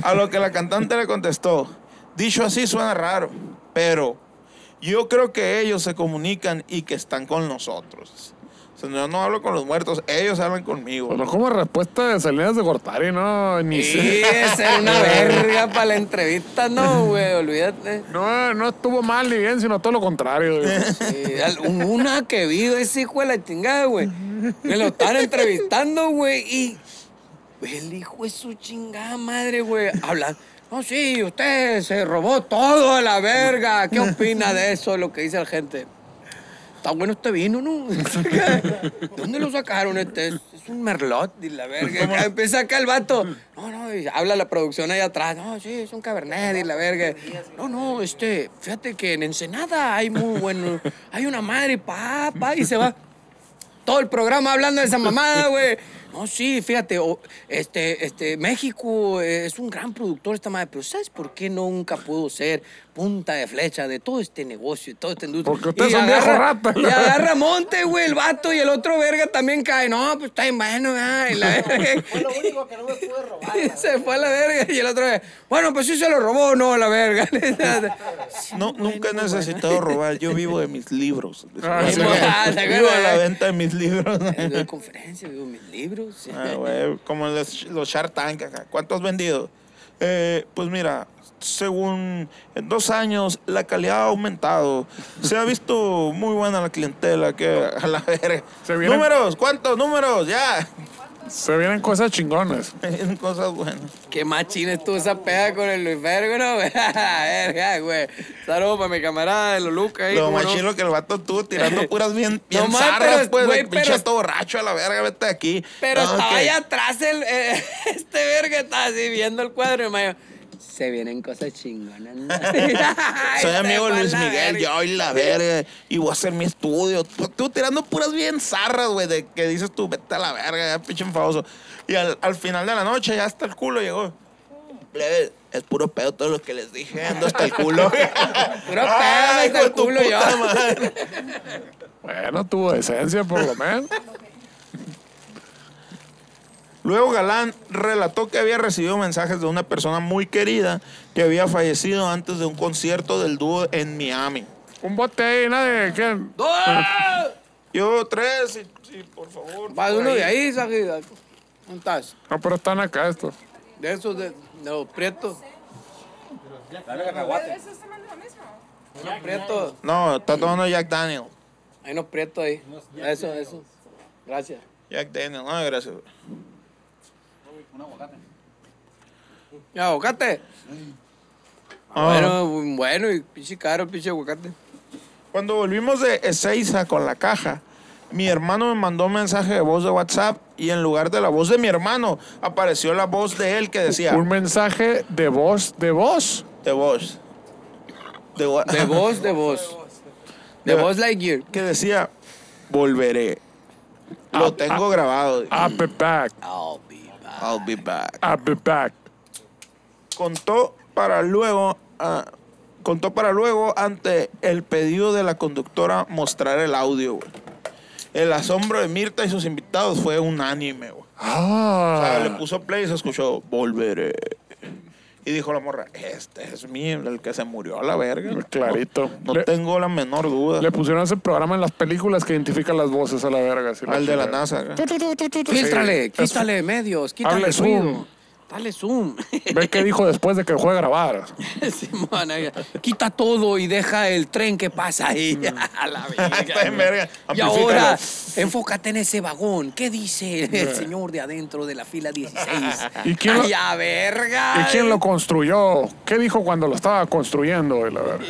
Speaker 2: A lo que la cantante le contestó, dicho así suena raro, pero yo creo que ellos se comunican y que están con nosotros. O sea, yo no hablo con los muertos, ellos hablan conmigo.
Speaker 1: Bueno, como respuesta de Salinas de Gortari, ¿no? Ni
Speaker 3: Sí,
Speaker 1: sé.
Speaker 3: esa era una verga para la entrevista, no, güey. Olvídate.
Speaker 1: No, no estuvo mal ni bien, sino todo lo contrario. güey.
Speaker 3: Sí, al- un- una que vi de ese hijo de la chingada, güey. Me lo están entrevistando, güey, y el hijo de su chingada madre, güey, hablando. No, sí, usted se robó todo a la verga. ¿Qué opina de eso, lo que dice la gente? Está bueno este vino, ¿no? ¿De dónde lo sacaron este? Es es un merlot, y la verga. Acá Empieza acá el vato. No, no, y habla la producción ahí atrás. No, sí, es un cabernet, y la verga. No, no, este, fíjate que en Ensenada hay muy bueno, hay una madre, pa, pa, y se va todo el programa hablando de esa mamada, güey. No, sí, fíjate, o- este, este, México eh, es un gran productor esta madre, pero ¿sabes por qué nunca pudo ser punta de flecha de todo este negocio y toda esta industria?
Speaker 1: Porque ustedes
Speaker 3: Y
Speaker 1: son viejos ratas,
Speaker 3: Y
Speaker 1: la-
Speaker 3: agarra monte, güey, el vato y el otro verga también cae. No, pues está bien bueno, ah, y la verga.
Speaker 6: Fue lo único que no me pude robar.
Speaker 3: Y se fue a la verga y el otro, bueno, pues sí se lo robó o no, la verga.
Speaker 2: No, nunca he necesitado robar, yo vivo de mis libros.
Speaker 1: Ah, sí.
Speaker 3: Ah, la
Speaker 2: vivo de la
Speaker 3: verdad.
Speaker 2: venta de mis libros.
Speaker 3: Doy conferencias, veo mis libros.
Speaker 2: Ah, güey, como los, los Shark Tank acá. ¿Cuánto has vendido? Eh, pues mira, según en dos años la calidad ha aumentado. Se ha visto muy buena la clientela que a la verga.
Speaker 1: Se vienen-
Speaker 2: Números, ¿cuántos números? Ya.
Speaker 1: Se vienen cosas chingonas.
Speaker 2: Cosas buenas.
Speaker 3: Qué machín estuvo esa pega con el Luis Vergo, ¿no? Verga, güey. Saludos para mi camarada de los Lucas ahí.
Speaker 2: Lo
Speaker 3: ¿cómo
Speaker 2: más
Speaker 3: no?
Speaker 2: chilo que el vato estuvo tirando puras bien, bien
Speaker 3: mames,
Speaker 2: zarras,
Speaker 3: pero,
Speaker 2: pues, de
Speaker 3: güey,
Speaker 2: pinche
Speaker 3: pero-
Speaker 2: vato borracho a la verga, vete de aquí.
Speaker 3: Pero
Speaker 2: No,
Speaker 3: estaba
Speaker 2: que-
Speaker 3: allá atrás el, eh, este verga, estaba así viendo el cuadro y me dijo, se vienen cosas chingonas. ¿no?" Ay,
Speaker 2: Soy
Speaker 3: se
Speaker 2: amigo
Speaker 3: fue
Speaker 2: de
Speaker 3: a
Speaker 2: Luis
Speaker 3: la
Speaker 2: Miguel,
Speaker 3: verga.
Speaker 2: yo y la verga. Y voy a hacer mi estudio. Tú, tú tirando puras bien zarras, güey, de que dices tú, vete a la verga, ya pinche enfadoso. Y al, al final de la noche, ya hasta el culo llegó. Plebe, es puro pedo todo lo que les dije, ando hasta el culo.
Speaker 3: Puro pedo,
Speaker 2: Ay,
Speaker 3: hasta el
Speaker 2: hijo de tu
Speaker 3: culo yo.
Speaker 2: puta madre.
Speaker 1: Bueno, tuvo decencia, por lo menos.
Speaker 2: Luego Galán relató que había recibido mensajes de una persona muy querida que había fallecido antes de un concierto del dúo en Miami.
Speaker 1: Un bote ahí, nadie. ¿quién?
Speaker 3: ¡Ah!
Speaker 2: Yo tres, y, y por favor.
Speaker 3: Va de
Speaker 2: por
Speaker 3: uno
Speaker 2: ahí.
Speaker 3: de ahí, Sajida. ¿Dónde estás?
Speaker 1: No, pero están acá estos.
Speaker 3: De esos de, de los prietos.
Speaker 6: Dame cacahuate.
Speaker 4: ¿Eso se manda lo mismo?
Speaker 3: Unos prietos.
Speaker 2: No, está tomando Jack Daniel.
Speaker 3: Hay unos prietos ahí. Eso, eso. Gracias.
Speaker 2: Jack Daniel, no, gracias. güey.
Speaker 3: Ya, aguacate.
Speaker 2: Ah,
Speaker 3: Bueno, bueno, y pinche caro, pinche aguacate.
Speaker 2: Cuando volvimos de Ezeiza con la caja, mi hermano me mandó un mensaje de voz de WhatsApp y en lugar de la voz de mi hermano apareció la voz de él que decía,
Speaker 1: Un mensaje de voz, de voz.
Speaker 2: de voz. De, vo-
Speaker 3: De voz, de voz. De voz Lightyear.
Speaker 2: que decía, volveré. Lo
Speaker 3: Ah,
Speaker 2: tengo grabado.
Speaker 1: I'll be back.
Speaker 3: I'll be back.
Speaker 2: I'll be back.
Speaker 1: I'll be back.
Speaker 2: contó para luego ah, contó para luego ante el pedido de la conductora mostrar el audio güey. el asombro de Mirta y sus invitados fue unánime güey. O sea, le
Speaker 1: Ah.
Speaker 2: puso play y se escuchó volveré y dijo la morra este es mío el que se murió a la verga
Speaker 1: Mm, Clarito.
Speaker 2: no,
Speaker 1: Le-
Speaker 2: tengo la menor duda
Speaker 1: Le pusieron ese programa en las películas que identifican las voces a la verga. así la
Speaker 2: al de la
Speaker 1: chingada.
Speaker 2: NASA güey.
Speaker 1: Tu, tu, tu, tu, tu, tu.
Speaker 3: Fíltrale,
Speaker 1: Sí.
Speaker 3: quítale medios, quítale
Speaker 1: Habla
Speaker 3: ruido.
Speaker 1: Zoom.
Speaker 3: Dale zoom.
Speaker 1: Ve qué dijo después de que dejó de grabar.
Speaker 3: Simón, ahí, quita todo y deja el tren que pasa ahí.
Speaker 1: Mm.
Speaker 3: A la verga.
Speaker 2: Está en verga.
Speaker 3: Y
Speaker 2: Amplifícalo.
Speaker 3: ahora, enfócate en ese vagón. ¿Qué dice el señor de adentro de la fila 16?
Speaker 1: ¿Y quién lo-
Speaker 3: ¡Ay, a verga!
Speaker 1: ¿Y quién lo construyó? ¿Qué dijo cuando lo estaba construyendo? Y la verga.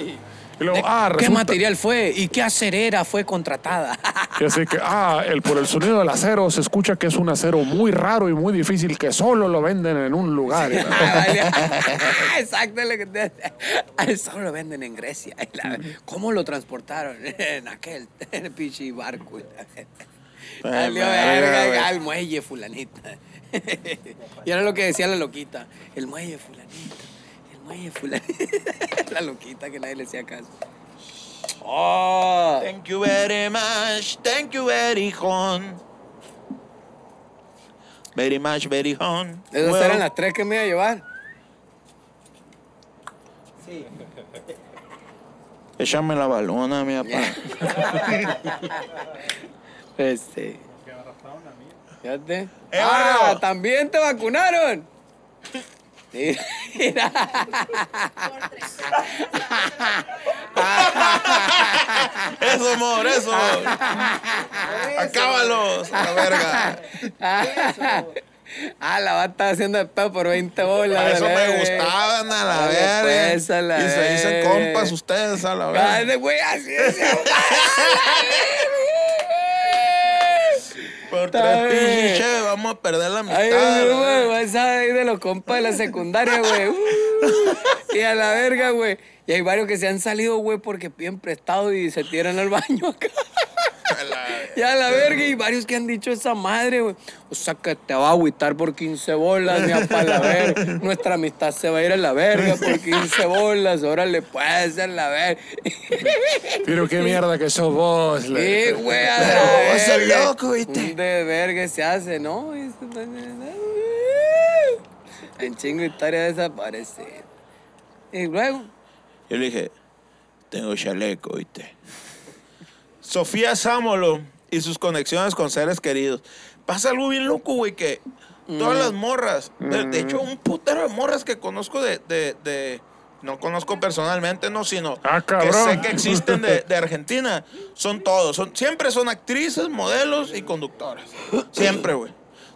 Speaker 1: Y luego, ah,
Speaker 3: ¿Qué
Speaker 1: resulta.
Speaker 3: material fue? ¿Y qué acerera fue contratada?
Speaker 1: Y así que, ah, el, por el sonido del acero se escucha que es un acero muy raro y muy difícil que solo lo venden en un lugar. Y la verga.
Speaker 3: Exacto lo que te Solo lo venden en Grecia. Y la- ¿Cómo lo transportaron? En aquel en el pinche barco. Salió verga
Speaker 2: güey.
Speaker 3: al muelle fulanita. Y era lo que decía la loquita. El muelle fulanita. El muelle fulanita. La loquita que nadie le hacía caso. Oh.
Speaker 2: Ah. Thank you very much, thank you very hon. Very much, very hon.
Speaker 3: Esas
Speaker 2: Well,
Speaker 3: eran las tres que me iba a llevar.
Speaker 6: Sí.
Speaker 2: Échame la balona, mi papá.
Speaker 3: Este. Fíjate.
Speaker 2: ¡Eh,
Speaker 3: ¡Ah!
Speaker 2: bárbaro!
Speaker 3: ¡También te vacunaron! Sí. Mira.
Speaker 2: Eso, amor, eso. Acábalos, a la verga.
Speaker 3: Ah, la va a estar haciendo de pedo por 20 bolas.
Speaker 2: A Ah, eso
Speaker 3: la
Speaker 2: me
Speaker 3: verga.
Speaker 2: gustaban, a la
Speaker 3: Dale,
Speaker 2: verga. Y
Speaker 3: pues, a la
Speaker 2: se dicen
Speaker 3: verga.
Speaker 2: compas ustedes, a la verga.
Speaker 3: Dale, Ah, güey, así es.
Speaker 2: Por
Speaker 3: Está
Speaker 2: tres pinches
Speaker 3: bien.
Speaker 2: cheves vamos a perder la amistad.
Speaker 3: Ay,
Speaker 2: a la
Speaker 3: güey,
Speaker 2: verga.
Speaker 3: vas a ir de los compas de la secundaria, güey. Uh, y a la verga, güey. Y hay varios que se han salido, güey, porque piden prestado y se tiran al baño acá. Y a la verga, y varios que han dicho esa madre, güey. O sea, que te va a agüitar por 15 bolas, mi papá, la verga. Nuestra amistad se va a ir a la verga por 15 bolas. Órale, pues, a la verga.
Speaker 1: Pero qué mierda que sos vos. la-
Speaker 3: Sí, güey, a la
Speaker 2: Pero vos sos
Speaker 3: verga.
Speaker 2: loco, ¿viste?
Speaker 3: Un De verga se hace, ¿no? Y se- eh. En chingo historia desaparecer. Y luego,
Speaker 2: Yo le dije, tengo chaleco, ¿viste? Sofía Sámolo y sus conexiones con seres queridos. Pasa algo bien loco, güey, que
Speaker 1: Mm.
Speaker 2: todas las morras, de, de hecho, un putero de morras que conozco de, de- de- no conozco personalmente, no, sino
Speaker 1: Ah,
Speaker 2: que
Speaker 1: cabrón.
Speaker 2: sé que existen de, de Argentina, son todos, son, siempre son actrices, modelos y conductoras. Siempre, güey.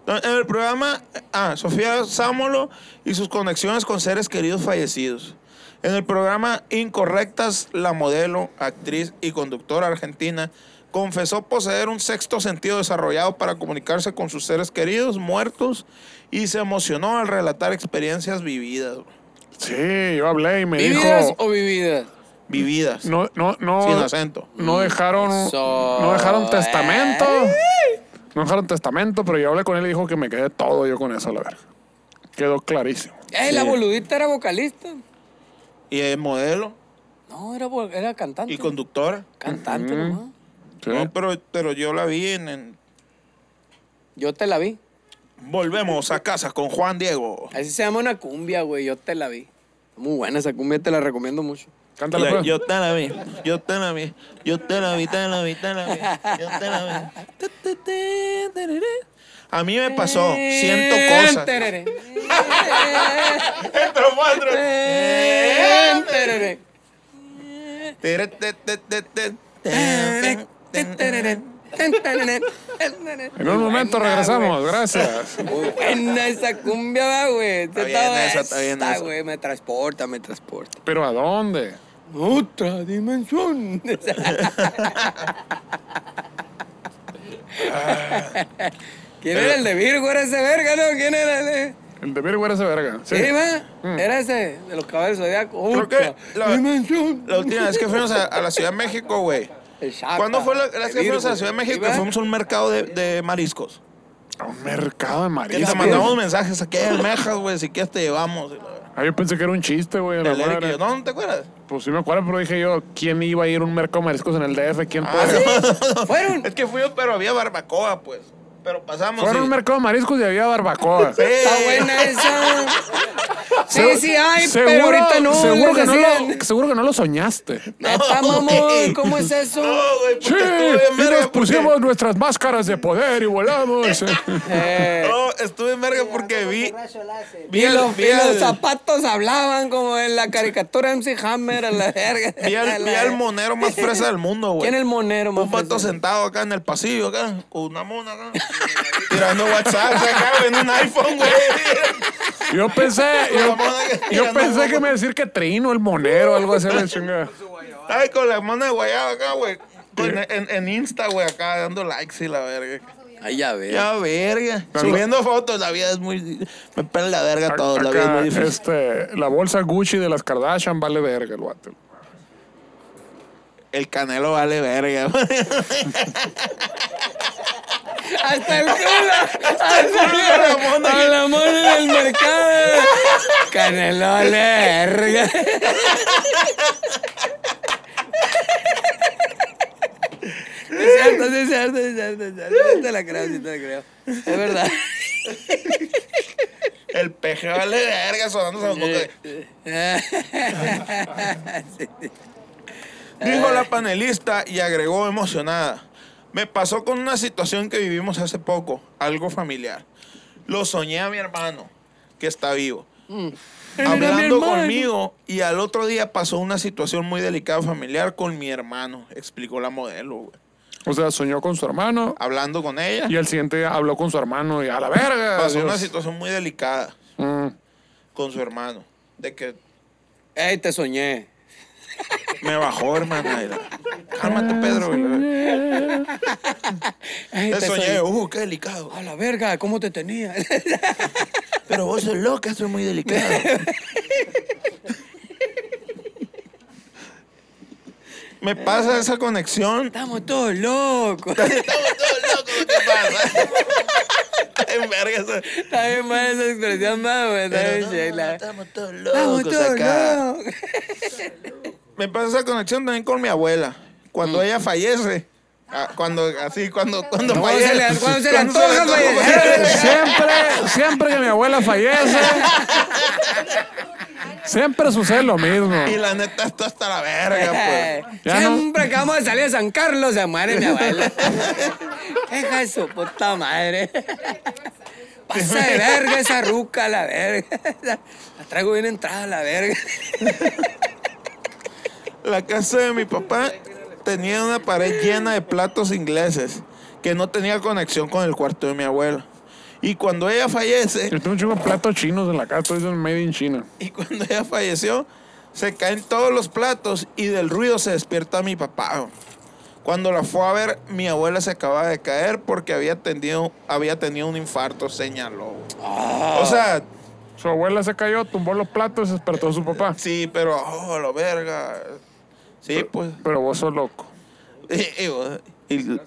Speaker 2: No, En el programa, ah, Sofía Sámolo y sus conexiones con seres queridos fallecidos. En el programa Incorrectas, la modelo, actriz y conductora argentina confesó poseer un sexto sentido desarrollado para comunicarse con sus seres queridos muertos y se emocionó al relatar experiencias vividas. güey.
Speaker 1: Sí, yo hablé y me
Speaker 3: ¿vividas
Speaker 1: dijo.
Speaker 3: o vividas?
Speaker 2: Vividas.
Speaker 1: No, no, no.
Speaker 2: Sin acento.
Speaker 1: No dejaron.
Speaker 3: Eso,
Speaker 1: No dejaron testamento.
Speaker 3: eh.
Speaker 1: No dejaron testamento, pero yo hablé con él y dijo que me quedé todo yo con eso, la verga. Quedó clarísimo.
Speaker 3: Eh, la boludita era vocalista.
Speaker 2: Y es modelo
Speaker 3: No, era, vo- era cantante.
Speaker 2: y conductora.
Speaker 3: Cantante nomás.
Speaker 1: Sí.
Speaker 2: No, pero, pero yo la vi en- en
Speaker 3: Yo te la vi.
Speaker 2: Volvemos a casa con Juan Diego.
Speaker 3: Así se llama una cumbia, güey. Yo te la vi. Muy buena esa cumbia, te la recomiendo mucho.
Speaker 1: Cántale, pues.
Speaker 2: yo te la vi, yo te la vi, yo te la vi, te la vi, te la vi, yo te la vi. Tu, tu, tu, tarará. A mí me pasó, siento
Speaker 3: Eh,
Speaker 2: cosas.
Speaker 3: Tereré.
Speaker 2: Entró Walter.
Speaker 3: Tereré.
Speaker 2: Tere, te, te, te, te, te, te, te, te.
Speaker 1: En un momento
Speaker 3: Buena,
Speaker 1: regresamos,
Speaker 3: güey.
Speaker 1: gracias.
Speaker 3: Muy buena esa cumbia, va, güey. Está
Speaker 2: bien esa, está bien esa.
Speaker 3: güey, me transporta, me transporta.
Speaker 1: Pero ¿a dónde?
Speaker 3: Otra dimensión. ¿Quién era el de Virgo? ¿Era ese verga, no? ¿Quién era el de...?
Speaker 1: El de Virgo era ese verga. Sí.
Speaker 3: Sí, va. Era ese, de los caballos zodiacos.
Speaker 2: Creo
Speaker 3: Otra
Speaker 2: que la,
Speaker 3: dimensión.
Speaker 2: la última vez que fuimos a, a la Ciudad de México, güey.
Speaker 3: El Chapa,
Speaker 2: ¿Cuándo fue la la vez
Speaker 3: de
Speaker 2: que fuimos a la
Speaker 3: Virgo.
Speaker 2: Ciudad de
Speaker 3: Sí,
Speaker 2: México?
Speaker 3: va.
Speaker 2: Fuimos a un mercado de, de mariscos.
Speaker 1: A un mercado de
Speaker 2: Que te
Speaker 1: mariscos.
Speaker 2: mandamos mensajes aquí hay almejas, güey, si quieres te llevamos.
Speaker 1: Ah, yo pensé que era un chiste, güey. a la
Speaker 2: El Eric y
Speaker 1: madre.
Speaker 2: yo, no, ¿no te acuerdas?
Speaker 1: Pues sí me acuerdo, pero dije yo, ¿quién iba a ir a un mercado de mariscos en el DF? ¿Quién
Speaker 2: Ah,
Speaker 1: puede?
Speaker 2: no, no, no.
Speaker 3: Fueron.
Speaker 2: Es que fui yo, pero había barbacoa, pues. Pero pasamos.
Speaker 1: Fueron a
Speaker 2: y-
Speaker 1: un mercado de mariscos y había barbacoa.
Speaker 2: ¡Eh!
Speaker 3: Está buena esa. Sí, sí, ay, pero ahorita no.
Speaker 1: Seguro
Speaker 3: les
Speaker 1: que no,
Speaker 3: decían.
Speaker 1: lo, seguro que no lo soñaste.
Speaker 3: Neta, mamón, ¿cómo es eso?
Speaker 2: güey,
Speaker 1: Sí,
Speaker 2: porque estuve en
Speaker 1: y
Speaker 2: verga
Speaker 1: nos
Speaker 2: porque-
Speaker 1: pusimos nuestras máscaras de poder y volamos.
Speaker 3: Eh,
Speaker 2: No, estuve en verga porque vi.
Speaker 6: Rayo láser.
Speaker 2: Vi
Speaker 3: y,
Speaker 2: el-
Speaker 3: los,
Speaker 2: vi
Speaker 3: y los
Speaker 2: el-
Speaker 3: zapatos hablaban como en la caricatura MC Hammer a la verga.
Speaker 2: Vi
Speaker 3: A
Speaker 2: al,
Speaker 3: la
Speaker 2: vi al
Speaker 3: verga.
Speaker 2: monero más fresa del mundo, güey.
Speaker 3: ¿Quién es el monero,
Speaker 2: Un
Speaker 3: mamón?
Speaker 2: pato sentado acá en el pasillo, acá, con una mona acá. tirando WhatsApp acá, güey, en un iPhone, güey.
Speaker 1: Yo pensé,
Speaker 2: Con la
Speaker 1: yo,
Speaker 2: mona que-
Speaker 1: yo
Speaker 2: tirando
Speaker 1: pensé que
Speaker 2: mona.
Speaker 1: me decir que Trino, el monero, algo así, la chingada.
Speaker 2: Ay, con la mona de guayaba acá, güey. En, en, en Insta, güey, acá dando likes y la verga.
Speaker 3: Ay, ya ves.
Speaker 2: Ya, verga.
Speaker 1: Pero-
Speaker 2: Subiendo fotos, la vida es muy. Me pela la verga todo, la vida es
Speaker 1: Acá,
Speaker 2: muy difícil.
Speaker 1: este, la bolsa Gucci de las Kardashian vale verga el vato.
Speaker 2: El canelo vale verga,
Speaker 3: Hasta el culo. Hasta el culo. A la mona del mercado. Canelole, verga. Es cierto, sí, es cierto, sí, es cierto, es cierto. Sí te la creo, sí te la creo. Es verdad.
Speaker 2: El peje vale verga, sonando esa boca. Dijo la panelista y agregó emocionada. Me pasó con una situación que vivimos hace poco, algo familiar. Lo soñé a mi hermano, que está vivo.
Speaker 3: Mm. era mi
Speaker 2: Hablando
Speaker 3: hermano.
Speaker 2: conmigo y al otro día pasó una situación muy delicada familiar con mi hermano, explicó la modelo. güey.
Speaker 1: O sea, soñó con su hermano
Speaker 2: Hablando con ella,
Speaker 1: y al siguiente día habló con su hermano y a la verga.
Speaker 2: pasó una
Speaker 1: Dios.
Speaker 2: situación muy delicada
Speaker 1: Mm.
Speaker 2: con su hermano, de que
Speaker 3: Ey, te soñé.
Speaker 2: Me bajó, hermana. y la- Cálmate, Pedro. güey.
Speaker 3: Ey,
Speaker 2: Te soñé. Uh, qué delicado.
Speaker 3: A la verga, ¿cómo te tenía?
Speaker 2: Pero vos sos loca, eso es muy delicado. Me pasa esa conexión.
Speaker 3: Estamos todos locos.
Speaker 2: Estamos todos locos, ¿qué pasa? En verga, eso.
Speaker 3: Está bien mal esa expresión, más, güey. Está bien
Speaker 2: Pero no,
Speaker 3: chela.
Speaker 2: Estamos todos
Speaker 3: Estamos
Speaker 2: locos
Speaker 3: todos
Speaker 2: acá.
Speaker 3: locos.
Speaker 2: Me pasa esa conexión también con mi abuela. Cuando ella fallece. ah, Cuando, así, cuando, cuando
Speaker 3: No,
Speaker 2: fallece.
Speaker 3: se le- cuando se le antoja
Speaker 2: antoja
Speaker 3: fallecer.
Speaker 2: Pues,
Speaker 1: siempre, siempre que mi abuela fallece, siempre sucede lo mismo.
Speaker 2: Y la neta, esto hasta la verga, pues.
Speaker 1: Ya no.
Speaker 3: Siempre que vamos a salir de San Carlos se muere mi abuela. Deja de su puta madre. Pasa de verga esa ruca, la verga. La traigo bien entrada, la verga.
Speaker 2: pues. La casa de mi papá tenía una pared llena de platos ingleses que no tenía conexión con el cuarto de mi abuela. Y cuando ella fallece,
Speaker 1: Yo tengo un chingo de platos chinos en la casa, todos dicen made in China.
Speaker 2: y cuando ella falleció, se caen todos los platos y del ruido se despierta mi papá. Cuando la fue a ver, mi abuela se acababa de caer porque había tenido, había tenido un infarto, señaló. O sea,
Speaker 1: Su abuela se cayó, tumbó los platos y se despertó su papá.
Speaker 2: sí, pero, oh, la verga. Sí, pues.
Speaker 1: Pero vos sos loco.
Speaker 2: Y- y- Eh, y-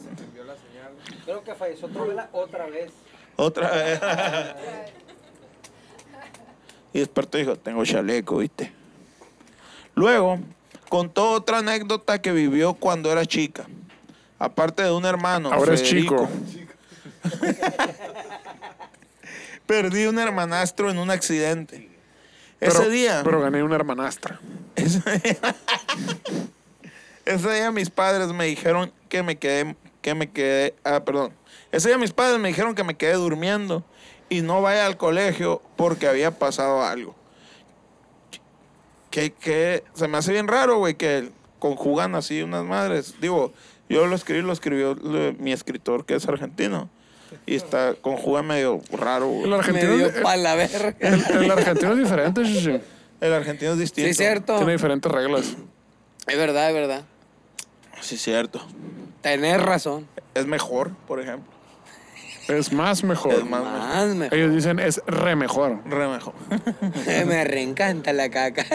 Speaker 6: Creo que falleció tu abuela otra vez.
Speaker 2: Otra vez. y despertó y dijo, tengo chaleco, ¿viste? Luego, contó otra anécdota que vivió cuando era chica. Aparte de un hermano.
Speaker 1: Ahora es
Speaker 2: Federico,
Speaker 1: chico.
Speaker 2: Perdí un hermanastro en un accidente.
Speaker 1: Pero-
Speaker 2: Ese día.
Speaker 1: Pero gané una hermanastra.
Speaker 2: Ese, ese día mis padres me dijeron que me quedé, que me quedé, ah, perdón. Ese día mis padres me dijeron que me quedé durmiendo y no vaya al colegio porque había pasado algo. Que, que se me hace bien raro, güey, que conjugan así unas madres. Digo, yo lo escribí, lo escribió lo- mi escritor que es argentino. Y está, conjuga medio raro,
Speaker 1: El
Speaker 2: güey.
Speaker 3: Me
Speaker 1: argentino,
Speaker 3: dio
Speaker 1: el,
Speaker 3: pa' la verga.
Speaker 1: el argentino es diferente, sí, sí.
Speaker 2: El argentino es distinto.
Speaker 3: Sí, es cierto.
Speaker 1: Tiene diferentes reglas.
Speaker 3: Es verdad, es verdad.
Speaker 2: Sí, cierto.
Speaker 3: Tenés razón.
Speaker 2: Es mejor, por ejemplo.
Speaker 1: Es más mejor.
Speaker 2: Es más mejor.
Speaker 3: Más mejor.
Speaker 1: Ellos dicen es re mejor.
Speaker 2: Re mejor.
Speaker 3: Me reencanta la caca.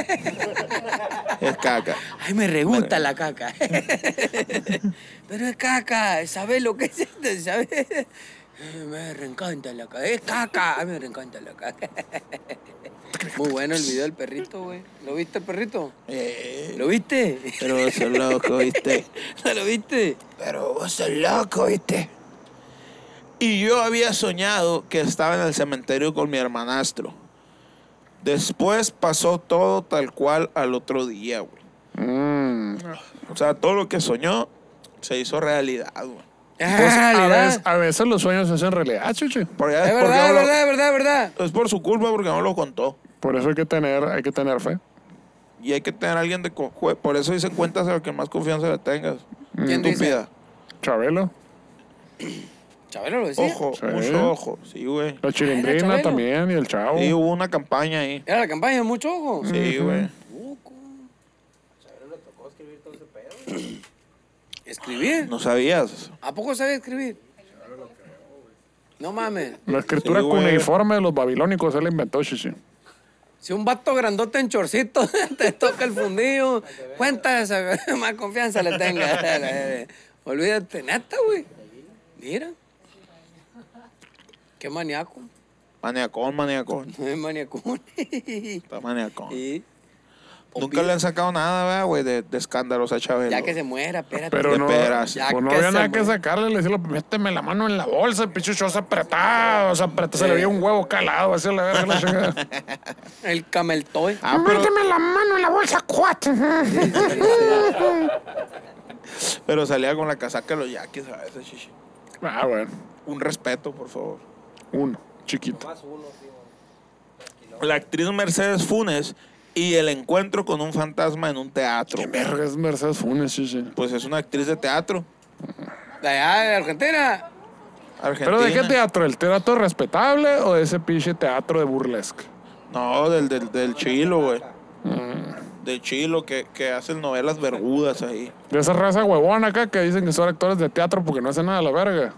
Speaker 2: Es caca.
Speaker 3: Ay, me regusta la caca. Pero es caca, ¿sabes lo que es esto? ¿Sabes? Ay, Me reencanta la caca. Es caca. Ay, me reencanta la caca. Muy bueno el video del perrito, güey. ¿Lo viste, perrito?
Speaker 2: Eh,
Speaker 3: ¿Lo viste?
Speaker 2: pero vos sos loco, ¿viste?
Speaker 3: ¿No lo viste?
Speaker 2: Pero vos sos loco, ¿viste? Y yo había soñado que estaba en el cementerio con mi hermanastro. Después pasó todo tal cual al otro día, güey.
Speaker 3: Mm.
Speaker 2: O sea, todo lo que soñó se hizo realidad, güey.
Speaker 1: Pues, a, veces,
Speaker 3: Ah, ¿verdad?
Speaker 1: a veces los sueños se hacen realidad, chuche.
Speaker 2: Porque ya
Speaker 3: Es
Speaker 2: después
Speaker 3: verdad,
Speaker 2: no
Speaker 3: es
Speaker 2: lo-
Speaker 3: verdad, es verdad, es verdad.
Speaker 2: es por su culpa porque no lo contó.
Speaker 1: Por eso hay que tener, hay que tener fe.
Speaker 2: Y hay que tener a alguien de... co- jue- Por eso dicen cuentas a lo que más confianza le tengas.
Speaker 3: ¿Quién dice?
Speaker 2: Mm, Estúpida.
Speaker 1: Chabelo,
Speaker 3: Chabelo lo decía.
Speaker 2: Ojo,
Speaker 1: Sí.
Speaker 2: mucho ojo. Sí, güey.
Speaker 1: la chilindrina
Speaker 3: Chabelo.
Speaker 1: también y el chavo.
Speaker 2: Sí, hubo una campaña ahí.
Speaker 3: Era la campaña, mucho ojo.
Speaker 2: Sí, güey.
Speaker 3: Loco. ¿Escribir?
Speaker 2: No sabías.
Speaker 3: ¿A poco sabe escribir? No mames.
Speaker 1: La escritura
Speaker 2: Sí, güey.
Speaker 1: cuneiforme de los babilónicos se la inventó, chuche.
Speaker 3: Si un vato grandote en chorcito te toca el fundillo, cuenta esa, más confianza le tenga. Olvídate, neta, güey. Mira. Qué maníaco.
Speaker 2: Maniacón, maniacón.
Speaker 3: No es maniacón.
Speaker 2: Está maniacón.
Speaker 3: Y-
Speaker 2: Nunca le han sacado nada, ¿verdad, güey, de, de escándalos a Chabelo.
Speaker 3: Ya que se muera, espérate.
Speaker 1: Pero
Speaker 2: De
Speaker 1: no, pues
Speaker 2: peras.
Speaker 3: Ya
Speaker 1: no
Speaker 3: que
Speaker 1: había
Speaker 3: se
Speaker 1: nada que
Speaker 3: muere.
Speaker 1: sacarle, le decía, méteme la mano en la bolsa, pichucho, se apretaba, se apretaba, se le veía un huevo calado, así la verga, la chingada.
Speaker 3: El cameltoy.
Speaker 2: Ah, pero,
Speaker 1: la mano en la bolsa, cuate.
Speaker 2: pero salía con la casaca de los yaquis a veces, chichi.
Speaker 1: ah, bueno,
Speaker 2: Un respeto, por favor.
Speaker 1: uno, chiquito.
Speaker 2: La actriz Mercedes Funes y el encuentro con un fantasma en un teatro.
Speaker 1: Verga, es Mercedes Funes, sí, sí.
Speaker 2: Pues es una actriz de teatro.
Speaker 3: De allá de Argentina.
Speaker 2: Argentina.
Speaker 1: ¿Pero de qué teatro? ¿El teatro respetable o de ese pinche teatro de burlesque?
Speaker 2: No, del, del, del chilo, güey.
Speaker 1: Mm.
Speaker 2: Del chilo que, que hacen novelas vergudas ahí.
Speaker 1: De esa raza huevona acá que dicen que son actores de teatro porque no hacen nada a la verga.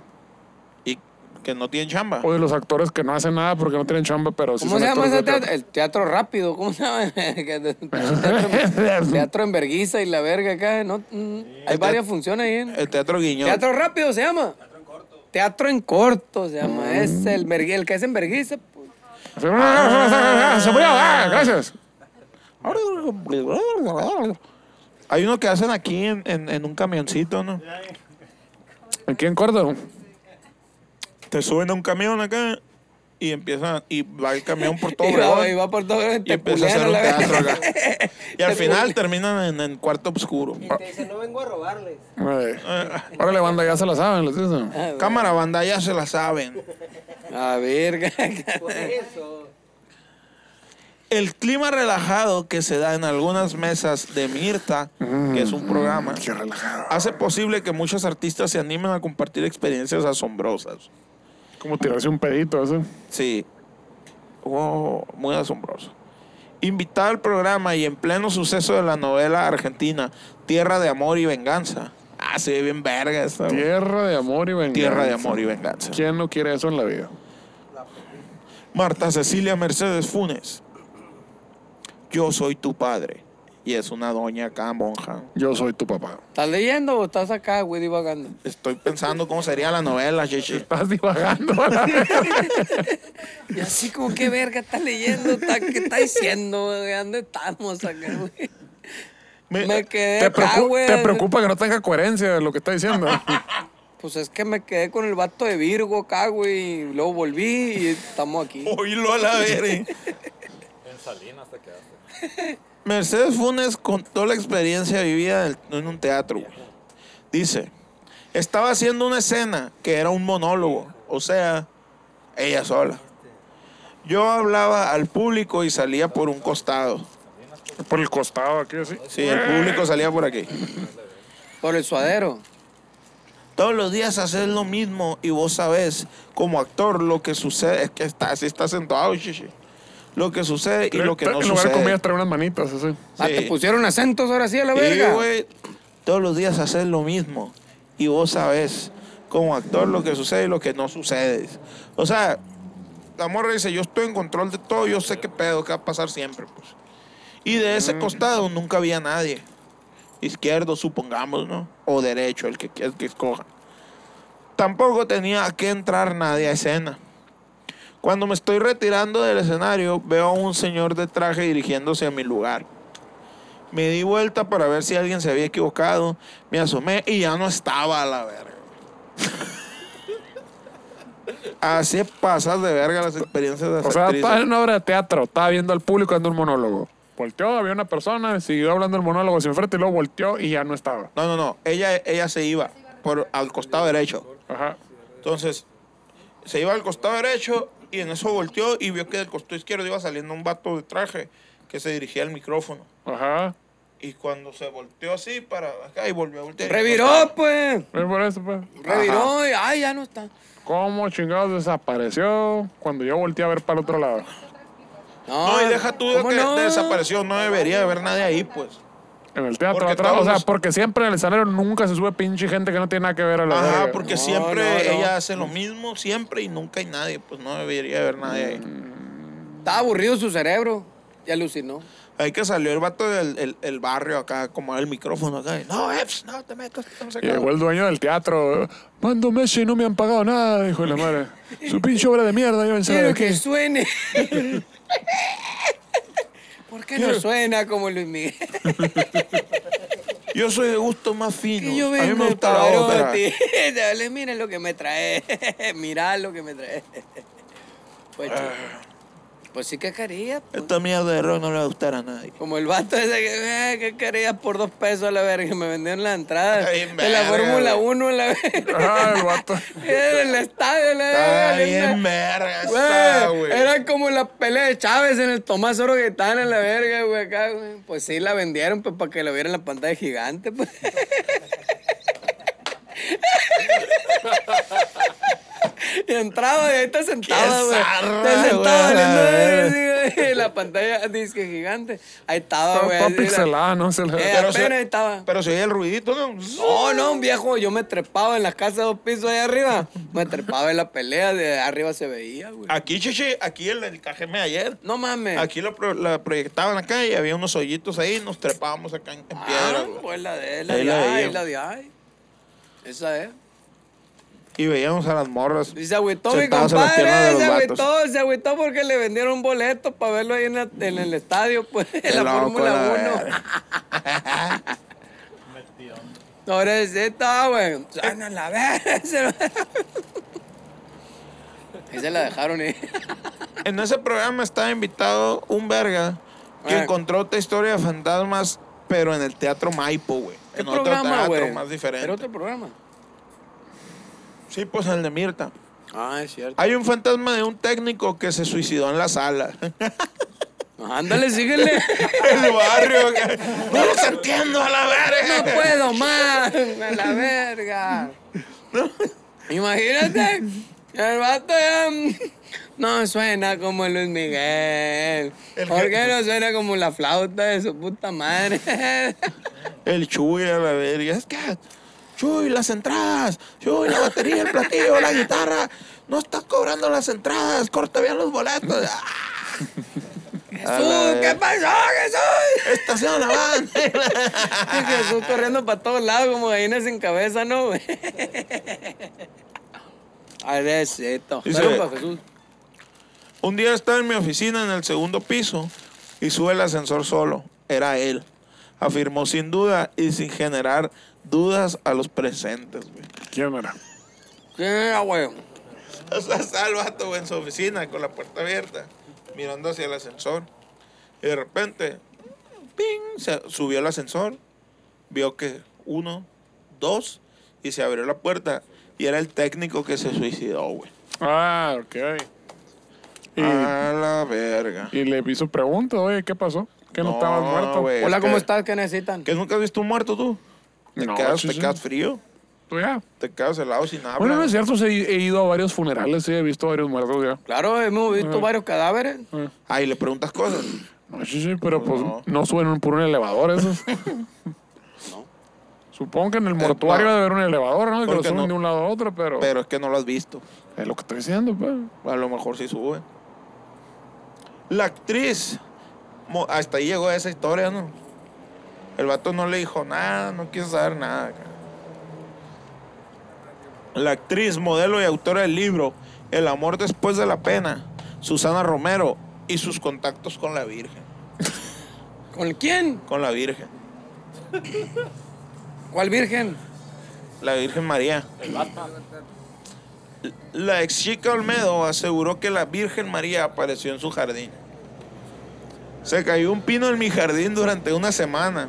Speaker 2: Y que no tienen chamba.
Speaker 1: O de los actores que no hacen nada porque no tienen chamba, pero sí
Speaker 3: ¿Cómo
Speaker 1: son
Speaker 3: se llama
Speaker 1: actores
Speaker 3: ese
Speaker 1: de
Speaker 3: teatro? El teatro rápido. ¿Cómo se llama? teatro,
Speaker 1: teatro.
Speaker 3: teatro en Verguiza y la verga acá. ¿no? Mm, Hay
Speaker 2: El
Speaker 3: varias
Speaker 2: teat-
Speaker 3: funciones ahí. ¿no?
Speaker 2: El teatro guiñón.
Speaker 3: Teatro rápido se llama. Teatro en corto. Teatro en corto se llama. Es
Speaker 2: Mm.
Speaker 3: el, vergui- el que es en Verguiza. pues.
Speaker 1: Se murió, ah, gracias.
Speaker 2: Hay uno que hacen aquí en, en- en un camioncito, ¿no?
Speaker 1: Aquí en Córdoba.
Speaker 2: Te suben a un camión acá y empiezan, y va el camión por todo
Speaker 3: y, va,
Speaker 2: Obregón
Speaker 3: y va por todo.
Speaker 2: y empieza a hacer un teatro acá. Y al final terminan en, en cuarto oscuro.
Speaker 6: Te dicen, no vengo a robarles.
Speaker 1: Ay. Órale, banda, ya se la saben, les dicen.
Speaker 2: Cámara banda, ya se la saben.
Speaker 3: A verga.
Speaker 6: Por eso.
Speaker 2: El clima relajado que se da en algunas mesas de Mirta, que es un programa,
Speaker 3: Mm.
Speaker 2: hace posible que muchos artistas se animen a compartir experiencias asombrosas.
Speaker 1: Como tirarse un pedito,
Speaker 2: Ah,
Speaker 1: eso.
Speaker 2: Sí. Oh, muy asombroso. Invitada al programa y en pleno suceso de la novela argentina Tierra de Amor y Venganza. Ah, se ve bien verga esta. güey.
Speaker 1: Tierra de amor y venganza.
Speaker 2: Tierra de Amor y Venganza.
Speaker 1: ¿Quién no quiere eso en la vida?
Speaker 2: Marta Cecilia Mercedes Funes. Yo soy tu padre. Y es una doña acá, monja.
Speaker 1: Yo soy tu papá.
Speaker 3: ¿Estás leyendo o estás acá, güey, divagando?
Speaker 2: Estoy pensando cómo sería la novela, chichi.
Speaker 1: Estás divagando.
Speaker 3: Y así como, ¿qué verga estás leyendo? ¿Está- ¿Qué estás diciendo? güey? ¿Dónde estamos acá, güey?
Speaker 2: Me-
Speaker 3: Me quedé
Speaker 1: ¿Te,
Speaker 3: acá,
Speaker 1: preocu-
Speaker 3: güey.
Speaker 1: te preocupa que no tenga coherencia de lo que está diciendo.
Speaker 3: Pues es que me quedé con el vato de Virgo acá, güey. Y luego volví y estamos aquí.
Speaker 2: Oílo a la verga. Mercedes Funes contó la experiencia vivida en el- en un teatro. güey. Dice, estaba haciendo una escena que era un monólogo, o sea, ella sola. Yo hablaba al público y salía por un costado.
Speaker 1: Por el costado aquí, así.
Speaker 2: Sí, el público salía por aquí.
Speaker 3: Por el suadero.
Speaker 2: Todos los días haces lo mismo y vos sabés, como actor, lo que sucede. Es que está, así está sentado, chichi. Lo que sucede y lo que no
Speaker 1: en lugar de
Speaker 2: sucede.
Speaker 1: comidas, trae unas manitas, así.
Speaker 3: Ah,
Speaker 2: Sí.
Speaker 3: te pusieron acentos ahora sí a la
Speaker 2: Y,
Speaker 3: verga.
Speaker 2: güey, todos los días haces lo mismo. Y vos sabés, como actor, lo que sucede y lo que no sucede. O sea, la morra dice, yo estoy en control de todo, yo sé qué pedo, qué va a pasar siempre, pues. Y de ese
Speaker 3: Mm.
Speaker 2: costado nunca había nadie. Izquierdo, supongamos, ¿no? O derecho, el que, el que escoja. Tampoco tenía que entrar nadie a escena. Cuando me estoy retirando del escenario, veo a un señor de traje dirigiéndose a mi lugar. Me di vuelta para ver si alguien se había equivocado. Me asomé y ya no estaba a la verga. Así pasas de verga las experiencias de
Speaker 1: O
Speaker 2: las
Speaker 1: sea,
Speaker 2: actrices.
Speaker 1: estaba en una obra de teatro, estaba viendo al público dando un monólogo. Volteó, había una persona, siguió hablando el monólogo sin frente y luego volteó y ya no estaba.
Speaker 2: No, no, no. Ella, ella se iba por, al costado derecho.
Speaker 1: Ajá.
Speaker 2: Entonces, se iba al costado derecho y en eso volteó y vio que del costado izquierdo iba saliendo un vato de traje que se dirigía al micrófono.
Speaker 1: Ajá.
Speaker 2: Y cuando se volteó así para acá y volvió a voltear.
Speaker 3: Reviró, pues.
Speaker 1: Es por eso, pues.
Speaker 3: Reviró y, ay, ya no está.
Speaker 1: ¿Cómo chingados desapareció cuando yo volteé a ver para el otro lado?
Speaker 2: No, y deja tú de
Speaker 3: ¿cómo
Speaker 2: que
Speaker 3: no?
Speaker 2: desapareció. No debería haber nadie ahí, pues.
Speaker 1: En el teatro
Speaker 2: Porque
Speaker 1: atrás. O sea,
Speaker 2: todos-
Speaker 1: porque siempre en el escenario nunca se sube pinche gente que no tiene nada que ver a la
Speaker 2: Ajá,
Speaker 1: verga.
Speaker 2: porque
Speaker 3: No,
Speaker 2: siempre
Speaker 3: no, no.
Speaker 2: ella hace lo mismo, siempre y nunca hay nadie. Pues no debería haber nadie
Speaker 3: Mm.
Speaker 2: ahí.
Speaker 3: Estaba aburrido su cerebro y alucinó.
Speaker 2: Ahí que salió el vato del el, el barrio acá, como el micrófono acá. y, No, Eps, no te metas. no sé
Speaker 1: Y
Speaker 2: qué".
Speaker 1: llegó el dueño del teatro. Mando Messi y no me han pagado nada, dijo la madre. Su pinche obra de mierda, yo encerrado
Speaker 3: Quiero
Speaker 1: aquí.
Speaker 3: que suene. ¿Por qué no suena como Luis Miguel?
Speaker 2: Yo soy de gusto más fino.
Speaker 3: Que yo
Speaker 2: a mí
Speaker 3: vengo
Speaker 2: me
Speaker 3: de
Speaker 2: gusta la ópera.
Speaker 3: Pavarotti. Dale, miren lo que me trae. Mirá lo que me trae. Pues,
Speaker 2: Ah.
Speaker 3: chico, pues sí que quería. pues.
Speaker 2: Esta mierda de rock no le va a gustar a nadie.
Speaker 3: Como el vato ese que, eh, que quería por dos pesos a la verga. Me vendieron la entrada
Speaker 2: Ay,
Speaker 3: de
Speaker 2: verga,
Speaker 3: la Fórmula
Speaker 2: güey.
Speaker 3: 1 a la verga.
Speaker 1: Ah, el vato.
Speaker 3: Del estadio, la verga.
Speaker 2: Está bien
Speaker 3: Una-
Speaker 2: verga
Speaker 3: Güey,
Speaker 2: esa, güey.
Speaker 3: era como la pelea de Chávez en el Tomás Oro Gaitán en la verga, güey, acá, güey. Pues sí, la vendieron, pues, para que la vieran en la pantalla gigante, pues. Y entraba y ahí está sentada,
Speaker 2: Qué
Speaker 3: güey.
Speaker 2: zarra,
Speaker 3: Está sentada
Speaker 2: güey,
Speaker 3: valiendo
Speaker 2: la
Speaker 3: verga, sí, güey. En la pantalla disque gigante. Ahí estaba, güey.
Speaker 1: Está
Speaker 3: así, la-
Speaker 1: pixelado, no se le-
Speaker 3: Eh,
Speaker 2: Pero
Speaker 3: apenas
Speaker 2: se-
Speaker 3: estaba.
Speaker 2: Pero se oye el ruidito, ¿no?
Speaker 3: Oh, no, un viejo, yo me trepaba en las casas de dos pisos allá arriba. Me trepaba en la pelea, de arriba se veía, güey.
Speaker 2: Aquí, chichi, aquí el, el KGM ayer.
Speaker 3: No mames.
Speaker 2: Aquí lo pro- la proyectaban acá y había unos hoyitos ahí y nos trepábamos acá en, en piedra,
Speaker 3: Ah,
Speaker 2: güey.
Speaker 3: pues la de la
Speaker 2: Ahí
Speaker 3: de
Speaker 2: la
Speaker 3: ahí,
Speaker 2: veíamos.
Speaker 3: la de ahí. Esa eh. es.
Speaker 2: Y veíamos a las morras.
Speaker 3: Y se agüitó mi
Speaker 2: Sentados en las piernas de
Speaker 3: compadre,
Speaker 2: los
Speaker 3: se
Speaker 2: vatos.
Speaker 3: agüitó, se agüitó porque le vendieron un boleto para verlo ahí en, la- en el estadio, pues,
Speaker 2: Qué
Speaker 3: en la
Speaker 2: loco, la
Speaker 3: Fórmula 1.
Speaker 2: verga.
Speaker 3: Pobrecita, güey. Sana la verga. se lo- Ahí se la dejaron eh. ahí.
Speaker 2: En ese programa estaba invitado un verga que
Speaker 3: Eh.
Speaker 2: encontró otra historia de fantasmas, pero en el teatro Maipo, güey.
Speaker 3: ¿Qué
Speaker 2: En otro
Speaker 3: programa,
Speaker 2: teatro
Speaker 3: güey?
Speaker 2: más diferente.
Speaker 3: Era otro programa.
Speaker 2: Sí, pues el de Mirta.
Speaker 3: Ah, es cierto.
Speaker 2: Hay un fantasma de un técnico que se suicidó en la sala.
Speaker 3: Ándale, síguele.
Speaker 2: el barrio. acá. no los entiendo a la
Speaker 3: No
Speaker 2: verga.
Speaker 3: puedo más, a la verga. Imagínate, el vato ya mm, no suena como Luis Miguel. ¿Por qué no suena como la flauta de su puta madre?
Speaker 2: El Chuy a la verga. Es que Chuy, las entradas. Chuy, la batería, el platillo, la guitarra. No estás cobrando las entradas. Corta bien los boletos. Ah,
Speaker 3: Jesús, ¿qué pasó, Jesús?
Speaker 2: estación avance.
Speaker 3: Y Jesús corriendo para todos lados como gallina sin cabeza, ¿no? Ay, besito.
Speaker 2: Dice-
Speaker 3: Salud para Jesús.
Speaker 2: Un día estaba en mi oficina en el segundo piso y sube el ascensor solo. Era él. Afirmó sin duda y sin generar dudas a los presentes, güey.
Speaker 1: ¿Quién era?
Speaker 3: ¿Qué, güey?
Speaker 2: O sea, está el vato, güey, en su oficina con la puerta abierta, mirando hacia el ascensor. Y de repente, ¡ping! Se subió el ascensor, vio que uno, dos, y se abrió la puerta. Y era el técnico que se suicidó, güey.
Speaker 1: Ah, ok. Y,
Speaker 2: A la verga.
Speaker 1: y le hizo preguntas, oye, ¿qué pasó? ¿Que no,
Speaker 2: No,
Speaker 1: estabas muerto?
Speaker 2: güey.
Speaker 3: Hola,
Speaker 2: Es
Speaker 3: ¿cómo
Speaker 2: que-
Speaker 3: estás? ¿Qué necesitan?
Speaker 2: ¿Que nunca has visto un muerto tú? Te,
Speaker 1: No,
Speaker 2: quedas,
Speaker 1: sí,
Speaker 2: te
Speaker 1: sí.
Speaker 2: quedas frío,
Speaker 1: Tú ya.
Speaker 2: te quedas helado sin hablar.
Speaker 1: Bueno, no es cierto, sí, he ido a varios funerales, sí, he visto varios muertos ya.
Speaker 3: Claro, eh, hemos visto varios cadáveres.
Speaker 2: Ahí le preguntas cosas.
Speaker 1: No, sí, sí, pero pues
Speaker 2: No.
Speaker 1: no suben por un elevador esos. Supongo que en el mortuario
Speaker 2: Eh, no.
Speaker 1: debe haber un elevador, ¿no? Que lo
Speaker 2: Porque
Speaker 1: suben
Speaker 2: no.
Speaker 1: de un lado a otro, pero,
Speaker 2: Pero es que no lo has visto.
Speaker 1: es lo que estoy diciendo, pues.
Speaker 2: A lo mejor sí sube. La actriz. mo- Hasta ahí llegó esa historia, ¿no? El vato no le dijo nada, no quiso saber nada. cara. La actriz, modelo y autora del libro El amor después de la pena, Susana Romero, y sus contactos con la Virgen.
Speaker 3: ¿Con quién?
Speaker 2: Con la Virgen.
Speaker 3: ¿Cuál virgen?
Speaker 2: La Virgen María. La ex chica Olmedo aseguró que la Virgen María apareció en su jardín. Se cayó un pino en mi jardín durante una semana.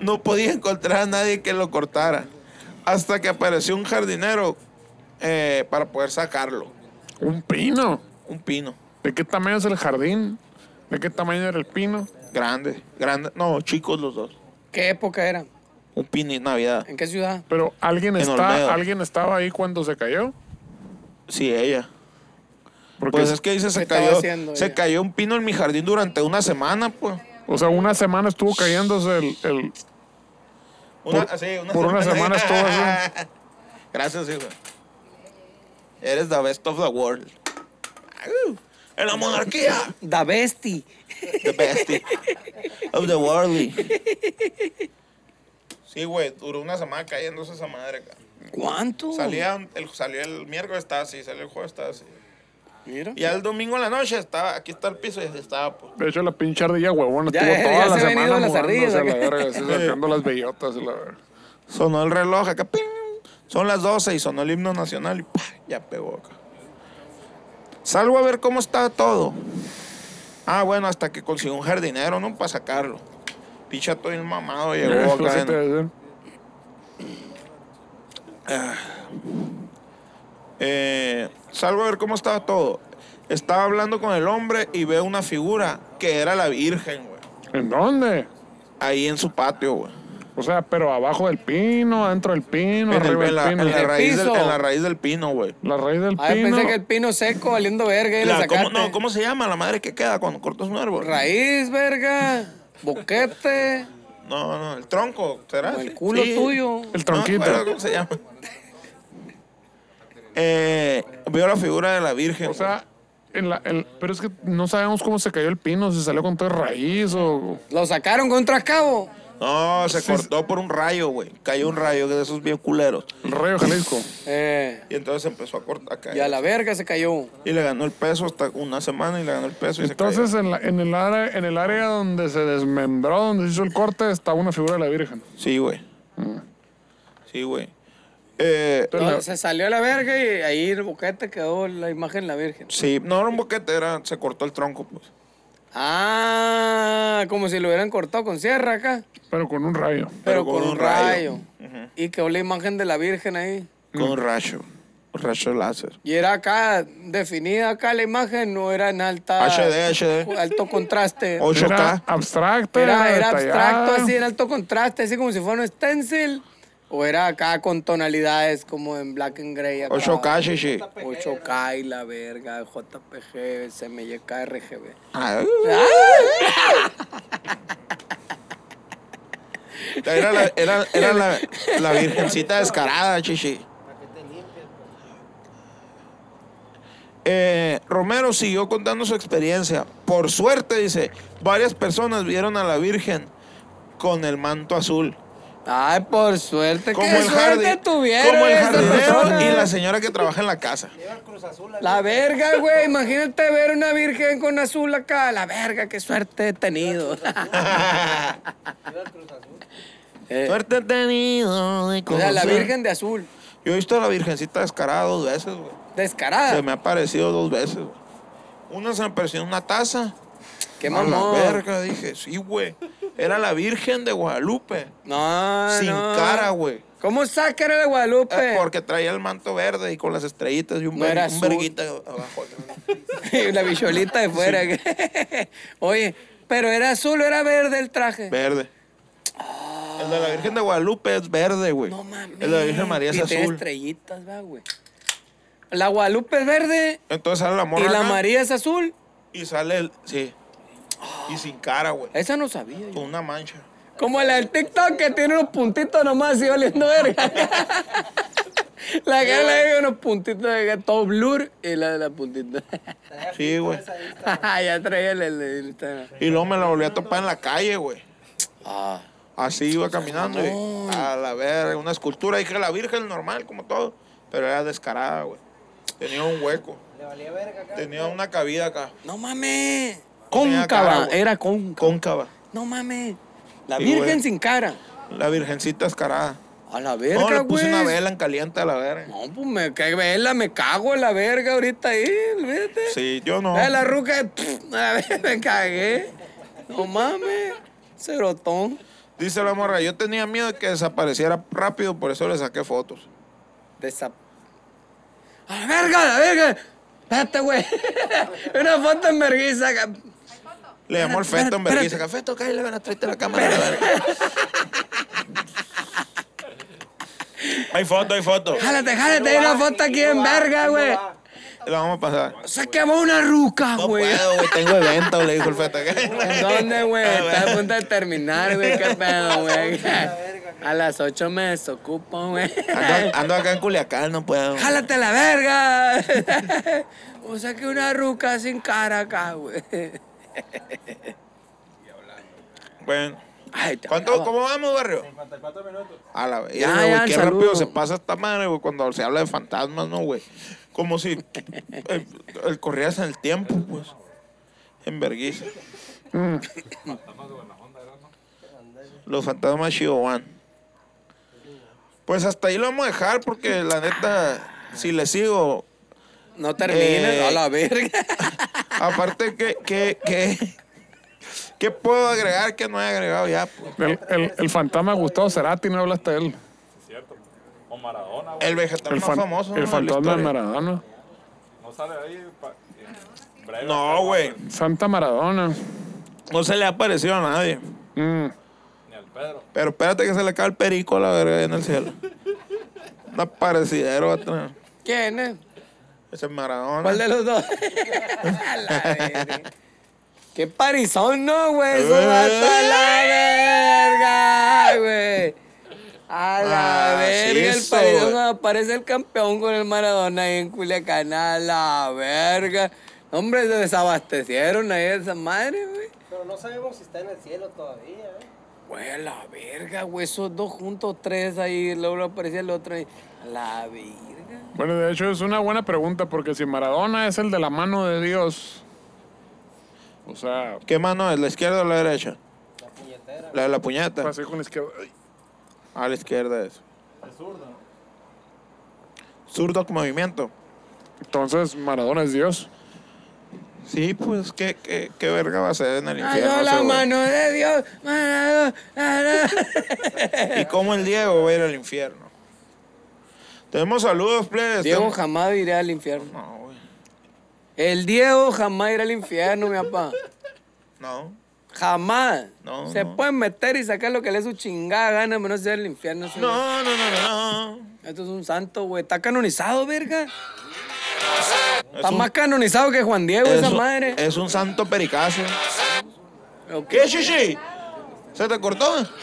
Speaker 2: No podía encontrar a nadie que lo cortara. Hasta que apareció un jardinero eh, para poder sacarlo.
Speaker 1: Un pino.
Speaker 2: Un pino.
Speaker 1: ¿De qué tamaño es el jardín? ¿De qué tamaño era el pino?
Speaker 2: Grande, grande. No, chicos los dos.
Speaker 3: ¿Qué época era?
Speaker 2: Un pino y Navidad.
Speaker 3: ¿En qué ciudad?
Speaker 1: Pero alguien
Speaker 2: En Olmedo.
Speaker 1: está, alguien estaba ahí cuando se cayó.
Speaker 2: Sí, ella.
Speaker 1: Porque,
Speaker 2: Pues es que dice, se
Speaker 3: estaba
Speaker 2: cayó,
Speaker 3: haciendo
Speaker 2: se
Speaker 3: ella?
Speaker 2: cayó un pino en mi jardín durante una semana, pues.
Speaker 1: o sea, una semana estuvo cayéndose el, el-
Speaker 2: Una-
Speaker 1: Por-
Speaker 2: sí,
Speaker 1: por una semana estuvo así.
Speaker 2: Gracias, hijo. Eres the best of the world. Au, ¡En la monarquía!
Speaker 3: Da Besti.
Speaker 2: The best of the world. Sí, güey, duró una semana cayéndose esa madre. acá.
Speaker 3: ¿Cuánto?
Speaker 2: Salía un- el, salió el miércoles, estaba así, salió el jueves, estaba así.
Speaker 3: Mira.
Speaker 2: Y al domingo en la noche estaba, aquí está el piso y así estaba, pues.
Speaker 1: De hecho, la pinche ardilla huevona
Speaker 3: Ya,
Speaker 1: estuvo toda
Speaker 3: ya
Speaker 1: la
Speaker 3: se han
Speaker 1: semana
Speaker 3: ido las
Speaker 1: moviéndose a la
Speaker 3: ardillas,
Speaker 1: verga, así, sacando las bellotas y la verga.
Speaker 2: Sonó el reloj acá, ¡ping! Son las 12 y sonó el himno nacional y ¡pah! ya pegó acá. Salgo a ver cómo está todo. Ah, bueno, hasta que consiguió un jardinero, ¿no? Para sacarlo. Picha todo el mamado llegó
Speaker 1: Eso
Speaker 2: acá.
Speaker 1: sí te
Speaker 2: en-
Speaker 1: voy a decir.
Speaker 2: Eh, salgo a ver cómo estaba todo. Estaba hablando con el hombre y veo una figura que era la Virgen, güey.
Speaker 1: ¿En dónde?
Speaker 2: Ahí en su patio, güey.
Speaker 1: O sea, pero abajo del pino, adentro del pino,
Speaker 2: En, el-
Speaker 1: arriba
Speaker 2: en
Speaker 1: del
Speaker 2: la, en
Speaker 1: pino.
Speaker 2: la
Speaker 3: ¿En el
Speaker 2: raíz del,
Speaker 3: piso?
Speaker 2: en la raíz del pino, güey.
Speaker 1: La raíz del
Speaker 3: Ah,
Speaker 1: pino.
Speaker 3: pensé que el pino seco valiendo verga y le
Speaker 2: La- ¿cómo-
Speaker 3: sacaste.
Speaker 2: No, ¿cómo se llama la madre que queda cuando cortas un árbol?
Speaker 3: Raíz, verga. Boquete.
Speaker 2: No, no, el tronco, ¿será?
Speaker 3: o el
Speaker 2: Sí.
Speaker 3: culo
Speaker 2: Sí.
Speaker 3: tuyo.
Speaker 1: El tronquito.
Speaker 2: No, bueno, ¿Cómo se llama? eh, veo la figura de la Virgen.
Speaker 1: O sea, en la, en- pero es que no sabemos cómo se cayó el pino, si salió con todo de raíz o...
Speaker 3: Lo sacaron con un trascabo.
Speaker 2: no, se cortó por un rayo, güey. Cayó un rayo de esos bien culeros.
Speaker 1: El rayo Jalisco.
Speaker 3: Eh,
Speaker 2: Y entonces empezó a cortar. a caer.
Speaker 3: y a la verga se cayó.
Speaker 2: Y le ganó el peso hasta una semana y le ganó el peso y
Speaker 1: Entonces,
Speaker 2: se
Speaker 1: en, la- en el área, en el área donde se desmembró, donde se hizo el corte, estaba una figura de la Virgen.
Speaker 2: cayó. Sí, güey.
Speaker 1: Mm.
Speaker 2: Sí, güey. Eh,
Speaker 1: Entonces,
Speaker 3: No, se salió a la verga y ahí el boquete quedó la imagen de la virgen.
Speaker 2: sí, no era un boquete, era, se cortó el tronco, pues.
Speaker 3: Ah, como si lo hubieran cortado con sierra acá.
Speaker 1: Pero con un rayo.
Speaker 3: Pero, con, un rayo. Y quedó la imagen de la virgen ahí.
Speaker 1: Mm.
Speaker 2: Con un rayo. Un rayo láser.
Speaker 3: Y era acá, definida acá la imagen, no era en alta.
Speaker 2: HD, HD.
Speaker 3: Alto contraste.
Speaker 2: 8K.
Speaker 1: Era abstracto,
Speaker 3: Era,
Speaker 1: era,
Speaker 3: era
Speaker 1: detallada.
Speaker 3: abstracto,
Speaker 2: Ah.
Speaker 3: así en alto contraste, así como si fuera un stencil. O era acá con tonalidades como en black and gray. Acá.
Speaker 2: 8K, sí, sí.
Speaker 3: 8K y la verga, JPG, CMYK, RGB.
Speaker 2: Ay. Era, la, era, era la, la virgencita descarada, chichi. Eh, Romero siguió contando su experiencia. Por suerte, dice, varias personas vieron a la Virgen con el manto azul.
Speaker 3: Ay, por suerte,
Speaker 2: Como
Speaker 3: qué
Speaker 2: el,
Speaker 3: suerte
Speaker 2: jardi-
Speaker 3: tuvieron
Speaker 2: como el
Speaker 3: esas
Speaker 2: jardinero
Speaker 3: personas.
Speaker 2: y la señora que trabaja en la casa.
Speaker 3: La verga, güey, imagínate ver una virgen con azul acá. La verga, qué suerte he tenido. Eh,
Speaker 2: Suerte he tenido de
Speaker 3: o sea, la
Speaker 2: conocer.
Speaker 3: virgen de azul,
Speaker 2: Yo he visto a la virgencita descarada dos veces, güey.
Speaker 3: descarada.
Speaker 2: Se me ha aparecido dos veces, güey. Una se me apareció en una taza.
Speaker 3: Qué
Speaker 2: A la
Speaker 3: mamón.
Speaker 2: verga, dije, sí, güey. Era la Virgen de Guadalupe.
Speaker 3: No,
Speaker 2: sin
Speaker 3: Ah, no.
Speaker 2: cara, güey.
Speaker 3: ¿Cómo saca de
Speaker 2: Eh,
Speaker 3: Guadalupe?
Speaker 2: Porque traía el manto verde y con las estrellitas y un,
Speaker 3: No
Speaker 2: ver-
Speaker 3: era
Speaker 2: un
Speaker 3: azul.
Speaker 2: verguita abajo.
Speaker 3: la bicholita de fuera. Oye, pero era azul o era verde el traje.
Speaker 2: verde. El de la Virgen de Guadalupe es verde, güey.
Speaker 3: No mames.
Speaker 2: El de la Virgen María es
Speaker 3: Y tiene
Speaker 2: azul.
Speaker 3: estrellitas, va, güey. La Guadalupe es verde
Speaker 2: Entonces sale la morra
Speaker 3: y la
Speaker 2: acá
Speaker 3: María es azul.
Speaker 2: y sale el... Sí. Y sin cara, güey.
Speaker 3: Esa no sabía yo.
Speaker 2: Con una mancha.
Speaker 3: Como la del TikTok que tiene unos puntitos nomás y oliendo verga. La que le tiene unos puntitos de todo blur y la de la puntita.
Speaker 2: Sí, güey.
Speaker 3: ya traía el, el, el Instagram.
Speaker 2: Y luego me la volví a topar en la calle, güey.
Speaker 3: Ah.
Speaker 2: Así
Speaker 3: Pues,
Speaker 2: iba caminando y a la verga, una escultura. Dije la Virgen normal, como todo, pero era descarada, güey. Tenía un hueco. Tenía una cabida acá,
Speaker 3: No mames.
Speaker 2: Tenía cara,
Speaker 3: Cóncava,
Speaker 2: güey.
Speaker 3: era cóncava.
Speaker 2: cóncava.
Speaker 3: No mames. La
Speaker 2: Sí,
Speaker 3: Virgen
Speaker 2: güey.
Speaker 3: sin cara.
Speaker 2: La Virgencita descarada.
Speaker 3: A la
Speaker 2: No,
Speaker 3: verga,
Speaker 2: le puse
Speaker 3: güey.
Speaker 2: una vela en caliente a la verga.
Speaker 3: No, pues me cae vela, me cago en la verga ahorita ahí, olvídate.
Speaker 2: Sí, yo no.
Speaker 3: Eh, la ruca, y, pff, a ver, me cagué. No mames, cerotón.
Speaker 2: Dice la morra, yo tenía miedo de que desapareciera rápido, por eso le saqué fotos.
Speaker 3: Desa... ¡A la verga, a la verga! Espérate, güey. Una foto en vergüenza. acá.
Speaker 2: Le llamó el Feto en vergüenza. "Acá, Feto, cállate, ven a traerte la cámara. la verga". hay foto, hay foto.
Speaker 3: Jálate, jálate, hay una foto aquí en verga, güey.
Speaker 2: La vamos a pasar.
Speaker 3: Se quemó una ruca,
Speaker 2: No
Speaker 3: güey.
Speaker 2: puedo, güey, tengo evento, le dijo el Feto.
Speaker 3: ¿En dónde, güey? Está a punto de terminar, güey. ¿Qué pedo, güey? A las 8 me desocupo, güey.
Speaker 2: Ando, ando acá en Culiacán, no puedo.
Speaker 3: ¡Jálate la verga! O sea que una ruca sin cara acá, güey.
Speaker 2: Bueno.
Speaker 3: Ay, te
Speaker 2: ¿Cuánto,
Speaker 3: acabo.
Speaker 2: ¿Cómo vamos, barrio? 54 minutos. A la vez,
Speaker 3: Ya,
Speaker 2: güey,
Speaker 3: ya,
Speaker 2: qué
Speaker 3: saludo.
Speaker 2: rápido se pasa esta madre, güey, cuando se habla de fantasmas, ¿no, güey? Como si eh, eh, corrías en el tiempo, pues. En vergüenza. Los fantasmas de Shidowan. Pues hasta ahí lo vamos a dejar porque la neta, si le sigo,
Speaker 3: No termines,
Speaker 2: Eh.
Speaker 3: a la verga.
Speaker 2: aparte que, que, que, ¿qué puedo agregar que no he agregado ya? pues?
Speaker 1: El, el, el fantasma de Gustavo Cerati, no hablaste de él.
Speaker 8: ¿cierto? O Maradona, güey.
Speaker 2: El vegetal
Speaker 1: El,
Speaker 2: más
Speaker 1: fan-
Speaker 2: famoso. ¿no?
Speaker 1: el
Speaker 2: la
Speaker 1: fantasma de
Speaker 2: historia.
Speaker 1: Maradona.
Speaker 8: No sale ahí. pa- en breve.
Speaker 2: No, güey.
Speaker 1: Santa Maradona.
Speaker 2: No se le ha parecido a nadie.
Speaker 1: Mm.
Speaker 8: Ni al Pedro.
Speaker 2: Pero espérate que se le cae el perico a la verga ahí en el cielo. Una parecidero atrás.
Speaker 3: ¿Quién es?
Speaker 2: Ese es Maradona.
Speaker 3: ¿Cuál de los dos? A la verga. Qué parizón, ¿no, güey? Eso va a la verga, güey. A la
Speaker 2: Eh. Ah, sí,
Speaker 3: verga, el
Speaker 2: eso,
Speaker 3: parizón
Speaker 2: güey.
Speaker 3: aparece el campeón con el Maradona ahí en Culiacán. A la verga. Hombre, se desabastecieron ahí de esa madre, güey.
Speaker 6: Pero no sabemos si está en el cielo todavía, ¿eh?
Speaker 3: Güey, a la verga, güey. Esos dos juntos, tres ahí. Luego aparecía el otro ahí. A la verga.
Speaker 1: Bueno, de hecho es una buena pregunta porque si Maradona es el de la mano de Dios, o sea,
Speaker 2: ¿Qué mano es? ¿La izquierda o la derecha? La de la puñeta.
Speaker 1: pasé con la izquierda. Ay,
Speaker 2: A la izquierda es. Es zurdo. Zurdo con movimiento.
Speaker 1: Entonces Maradona es Dios.
Speaker 2: Sí, pues, ¿qué, qué, qué verga va a ser en el
Speaker 3: Ay,
Speaker 2: infierno?
Speaker 3: no, Ah, la
Speaker 2: ese güey?
Speaker 3: mano de Dios. Maradona.
Speaker 2: ¿Y cómo el Diego va a ir al infierno? Tenemos saludos, plebes.
Speaker 3: Diego
Speaker 2: Tenemos-
Speaker 3: jamás irá al infierno.
Speaker 2: No, güey.
Speaker 3: El Diego jamás irá al infierno, mi papá.
Speaker 2: No.
Speaker 3: Jamás.
Speaker 2: No,
Speaker 3: Se
Speaker 2: no.
Speaker 3: pueden meter y sacar lo que le es su chingada gana, menos ir al infierno. señor.
Speaker 2: No, no, no, no, no.
Speaker 3: Esto es un santo, güey. Está canonizado, verga.
Speaker 2: Es
Speaker 3: Está
Speaker 2: un-
Speaker 3: más canonizado que Juan Diego, esa
Speaker 2: un- eh.
Speaker 3: madre.
Speaker 2: es un santo pericazo.
Speaker 3: Ok.
Speaker 2: ¿Qué, Shishi? ¿Se te cortó?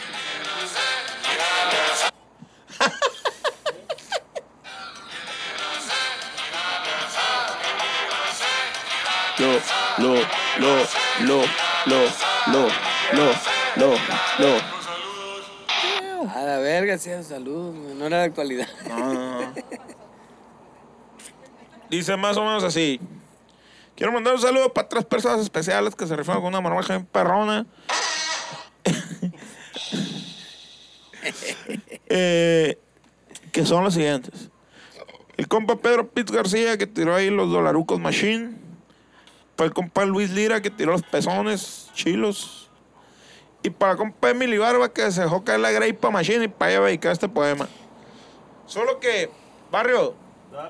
Speaker 2: Lo, lo, lo, lo, lo, lo, lo, lo, lo.
Speaker 3: A la verga, sí, saludos. güey. No era de actualidad.
Speaker 2: No, no, no. Ah. Dice más o menos así. Quiero mandar un saludo para tres personas especiales que se rifan con una marmaja bien perrona. Eh, que son los siguientes. El compa Pedro Piz García que tiró ahí los dolarucos machine. Para el compa Luis Lira que tiró los pezones chilos. Y para el compa Emily Barba que se dejó caer la gripa machine y para allá dedicar este poema. Solo que, barrio,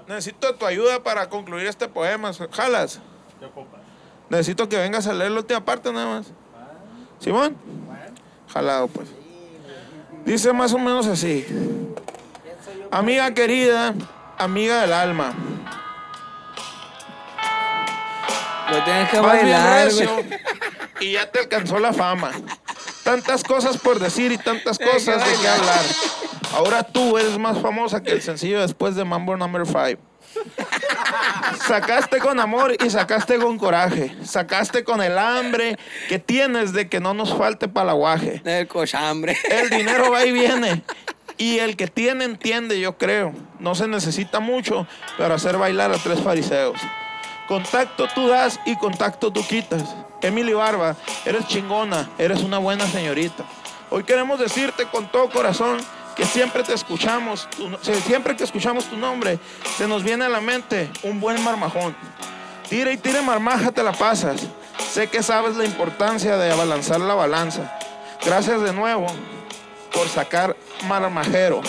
Speaker 2: necesito de tu ayuda para concluir este poema. ¿Jalas? Necesito que vengas a leer la última parte nada más. ¿Simón? Jalado, pues. Dice más o menos así. Amiga querida, amiga del alma.
Speaker 3: Lo tienes que
Speaker 2: Vas bien
Speaker 3: bailar, güey.
Speaker 2: recio y ya te alcanzó la fama. Tantas cosas por decir y tantas cosas de qué hablar. Ahora tú eres más famosa que el sencillo después de Mambo Number 5. Sacaste con amor y sacaste con coraje. Sacaste con el hambre que tienes de que no nos falte palaguaje.
Speaker 3: El cochambre.
Speaker 2: El dinero va y viene. Y el que tiene, entiende, yo creo. No se necesita mucho para hacer bailar a tres fariseos. Contacto tú das y contacto tú quitas. Emily Barba, eres chingona, eres una buena señorita. Hoy queremos decirte con todo corazón que siempre te escuchamos, tu no- se- siempre que escuchamos tu nombre, se nos viene a la mente un buen marmajón. Tira y tira marmaja, te la pasas. Sé que sabes la importancia de abalanzar la balanza. Gracias de nuevo por sacar marmajero.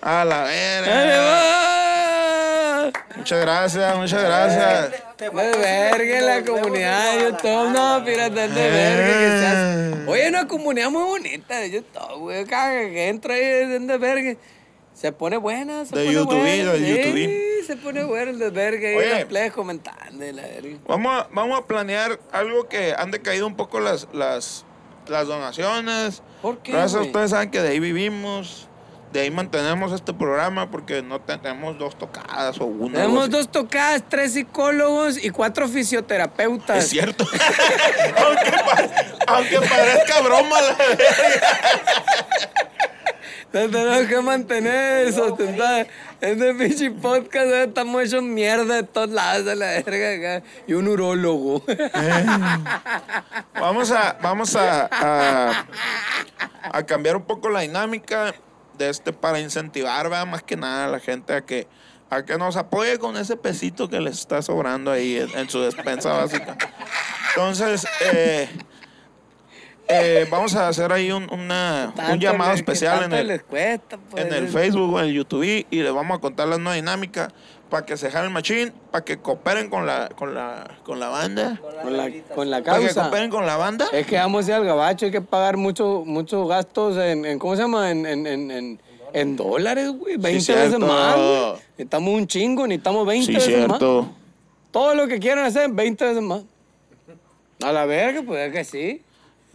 Speaker 2: A la verga.
Speaker 3: Ah.
Speaker 2: Muchas gracias, muchas gracias.
Speaker 6: Te
Speaker 3: No es
Speaker 6: faltó
Speaker 3: verga en la
Speaker 6: decirnos,
Speaker 3: comunidad de
Speaker 6: vemos en
Speaker 3: YouTube, no, pirata, no es verga que
Speaker 2: Eh.
Speaker 3: seas. Oye, una comunidad muy bonita de YouTube, güey, caga, que entra ahí, es de verga. Se pone buena, se
Speaker 2: De
Speaker 3: pone
Speaker 2: YouTube,
Speaker 3: buena.
Speaker 2: de
Speaker 3: sí,
Speaker 2: YouTube.
Speaker 3: se pone bueno el de verga, ahí
Speaker 2: Oye.
Speaker 3: las plebes comentando, y la verga.
Speaker 2: Vamos a, vamos a planear algo que han decaído un poco las, las, las donaciones.
Speaker 3: ¿Por qué,
Speaker 2: Gracias a
Speaker 3: güey?
Speaker 2: ustedes saben que de ahí vivimos, de ahí mantenemos este programa porque no te- tenemos dos tocadas o una. algo
Speaker 3: Tenemos
Speaker 2: así.
Speaker 3: dos tocadas, tres psicólogos y cuatro fisioterapeutas.
Speaker 2: Es cierto. aunque, pa- aunque parezca broma la
Speaker 3: Nos tenemos que mantener, sostentar. Este pinche podcast, eh, estamos hechos mierda de todos lados de la verga acá. Y un urólogo.
Speaker 2: Vamos a, vamos a, a, a cambiar un poco la dinámica de este para incentivar ¿verdad? más que nada a la gente a que, a que nos apoye con ese pesito que les está sobrando ahí en, en su despensa básica. Entonces, eh, eh, vamos a hacer ahí un, una-
Speaker 3: Tanto
Speaker 2: un llamado
Speaker 3: le- que
Speaker 2: especial en
Speaker 3: tanto
Speaker 2: el,
Speaker 3: les cuesta, pues.
Speaker 2: en el Facebook o en el YouTube y les vamos a contar la nueva dinámica para que se jalen machín, para que cooperen con la, con la, con la banda.
Speaker 3: Con la, con la
Speaker 2: Para que
Speaker 3: causa.
Speaker 2: cooperen con la banda.
Speaker 3: Es que vamos a ir al gabacho, hay que pagar mucho- muchos gastos en, en- ¿cómo se llama? En, en, en, en- en dólares, güey. 20 veces
Speaker 2: cierto.
Speaker 3: más, güey. Necesitamos un chingo, necesitamos 20 veces más. Todo lo que quieran hacer, 20 veces más. A la verga, pues es que sí.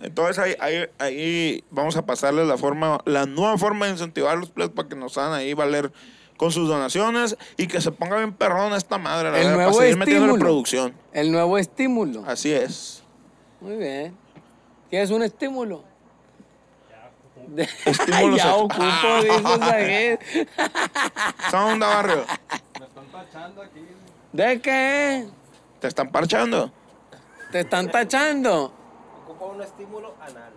Speaker 2: Entonces ahí, ahí, ahí vamos a pasarles la forma, la nueva forma de incentivar los players para que nos hagan ahí valer con sus donaciones y que se ponga bien perrón esta madre, la
Speaker 3: el
Speaker 2: verdad, para
Speaker 3: nuevo
Speaker 2: seguir metiendo Ah.
Speaker 3: estímulo.
Speaker 2: la producción.
Speaker 3: El nuevo estímulo.
Speaker 2: Así es.
Speaker 3: Muy bien. ¿Qué es un estímulo?
Speaker 2: Estímulo
Speaker 3: ya
Speaker 2: sexual.
Speaker 3: ocupo, dice Saguet.
Speaker 2: Sound barrio.
Speaker 3: ¿De qué?
Speaker 2: ¿Te están parchando?
Speaker 3: Te están tachando.
Speaker 6: Ocupa un estímulo anal.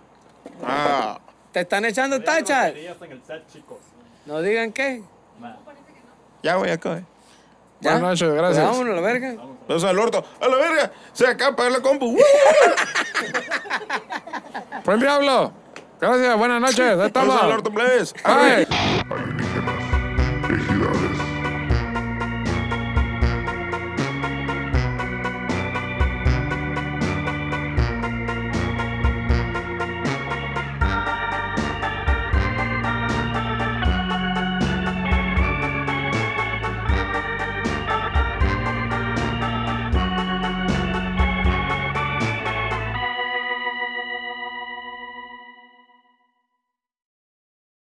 Speaker 2: Ah.
Speaker 3: Te están echando tachas.
Speaker 8: Groserías en el chat, chicos.
Speaker 3: No digan qué.
Speaker 2: Ya voy, acá.
Speaker 3: ¿Ya?
Speaker 1: Buenas noches,
Speaker 3: Pues
Speaker 1: gracias.
Speaker 3: vámonos a la verga.
Speaker 2: Entonces el orto, a la verga, se acaba de pagar la compu. ¡Uh!
Speaker 1: Pues el diablo. Gracias, buenas noches. Ahí
Speaker 2: Entonces
Speaker 1: estamos.
Speaker 2: el orto, plebes.
Speaker 1: Arre.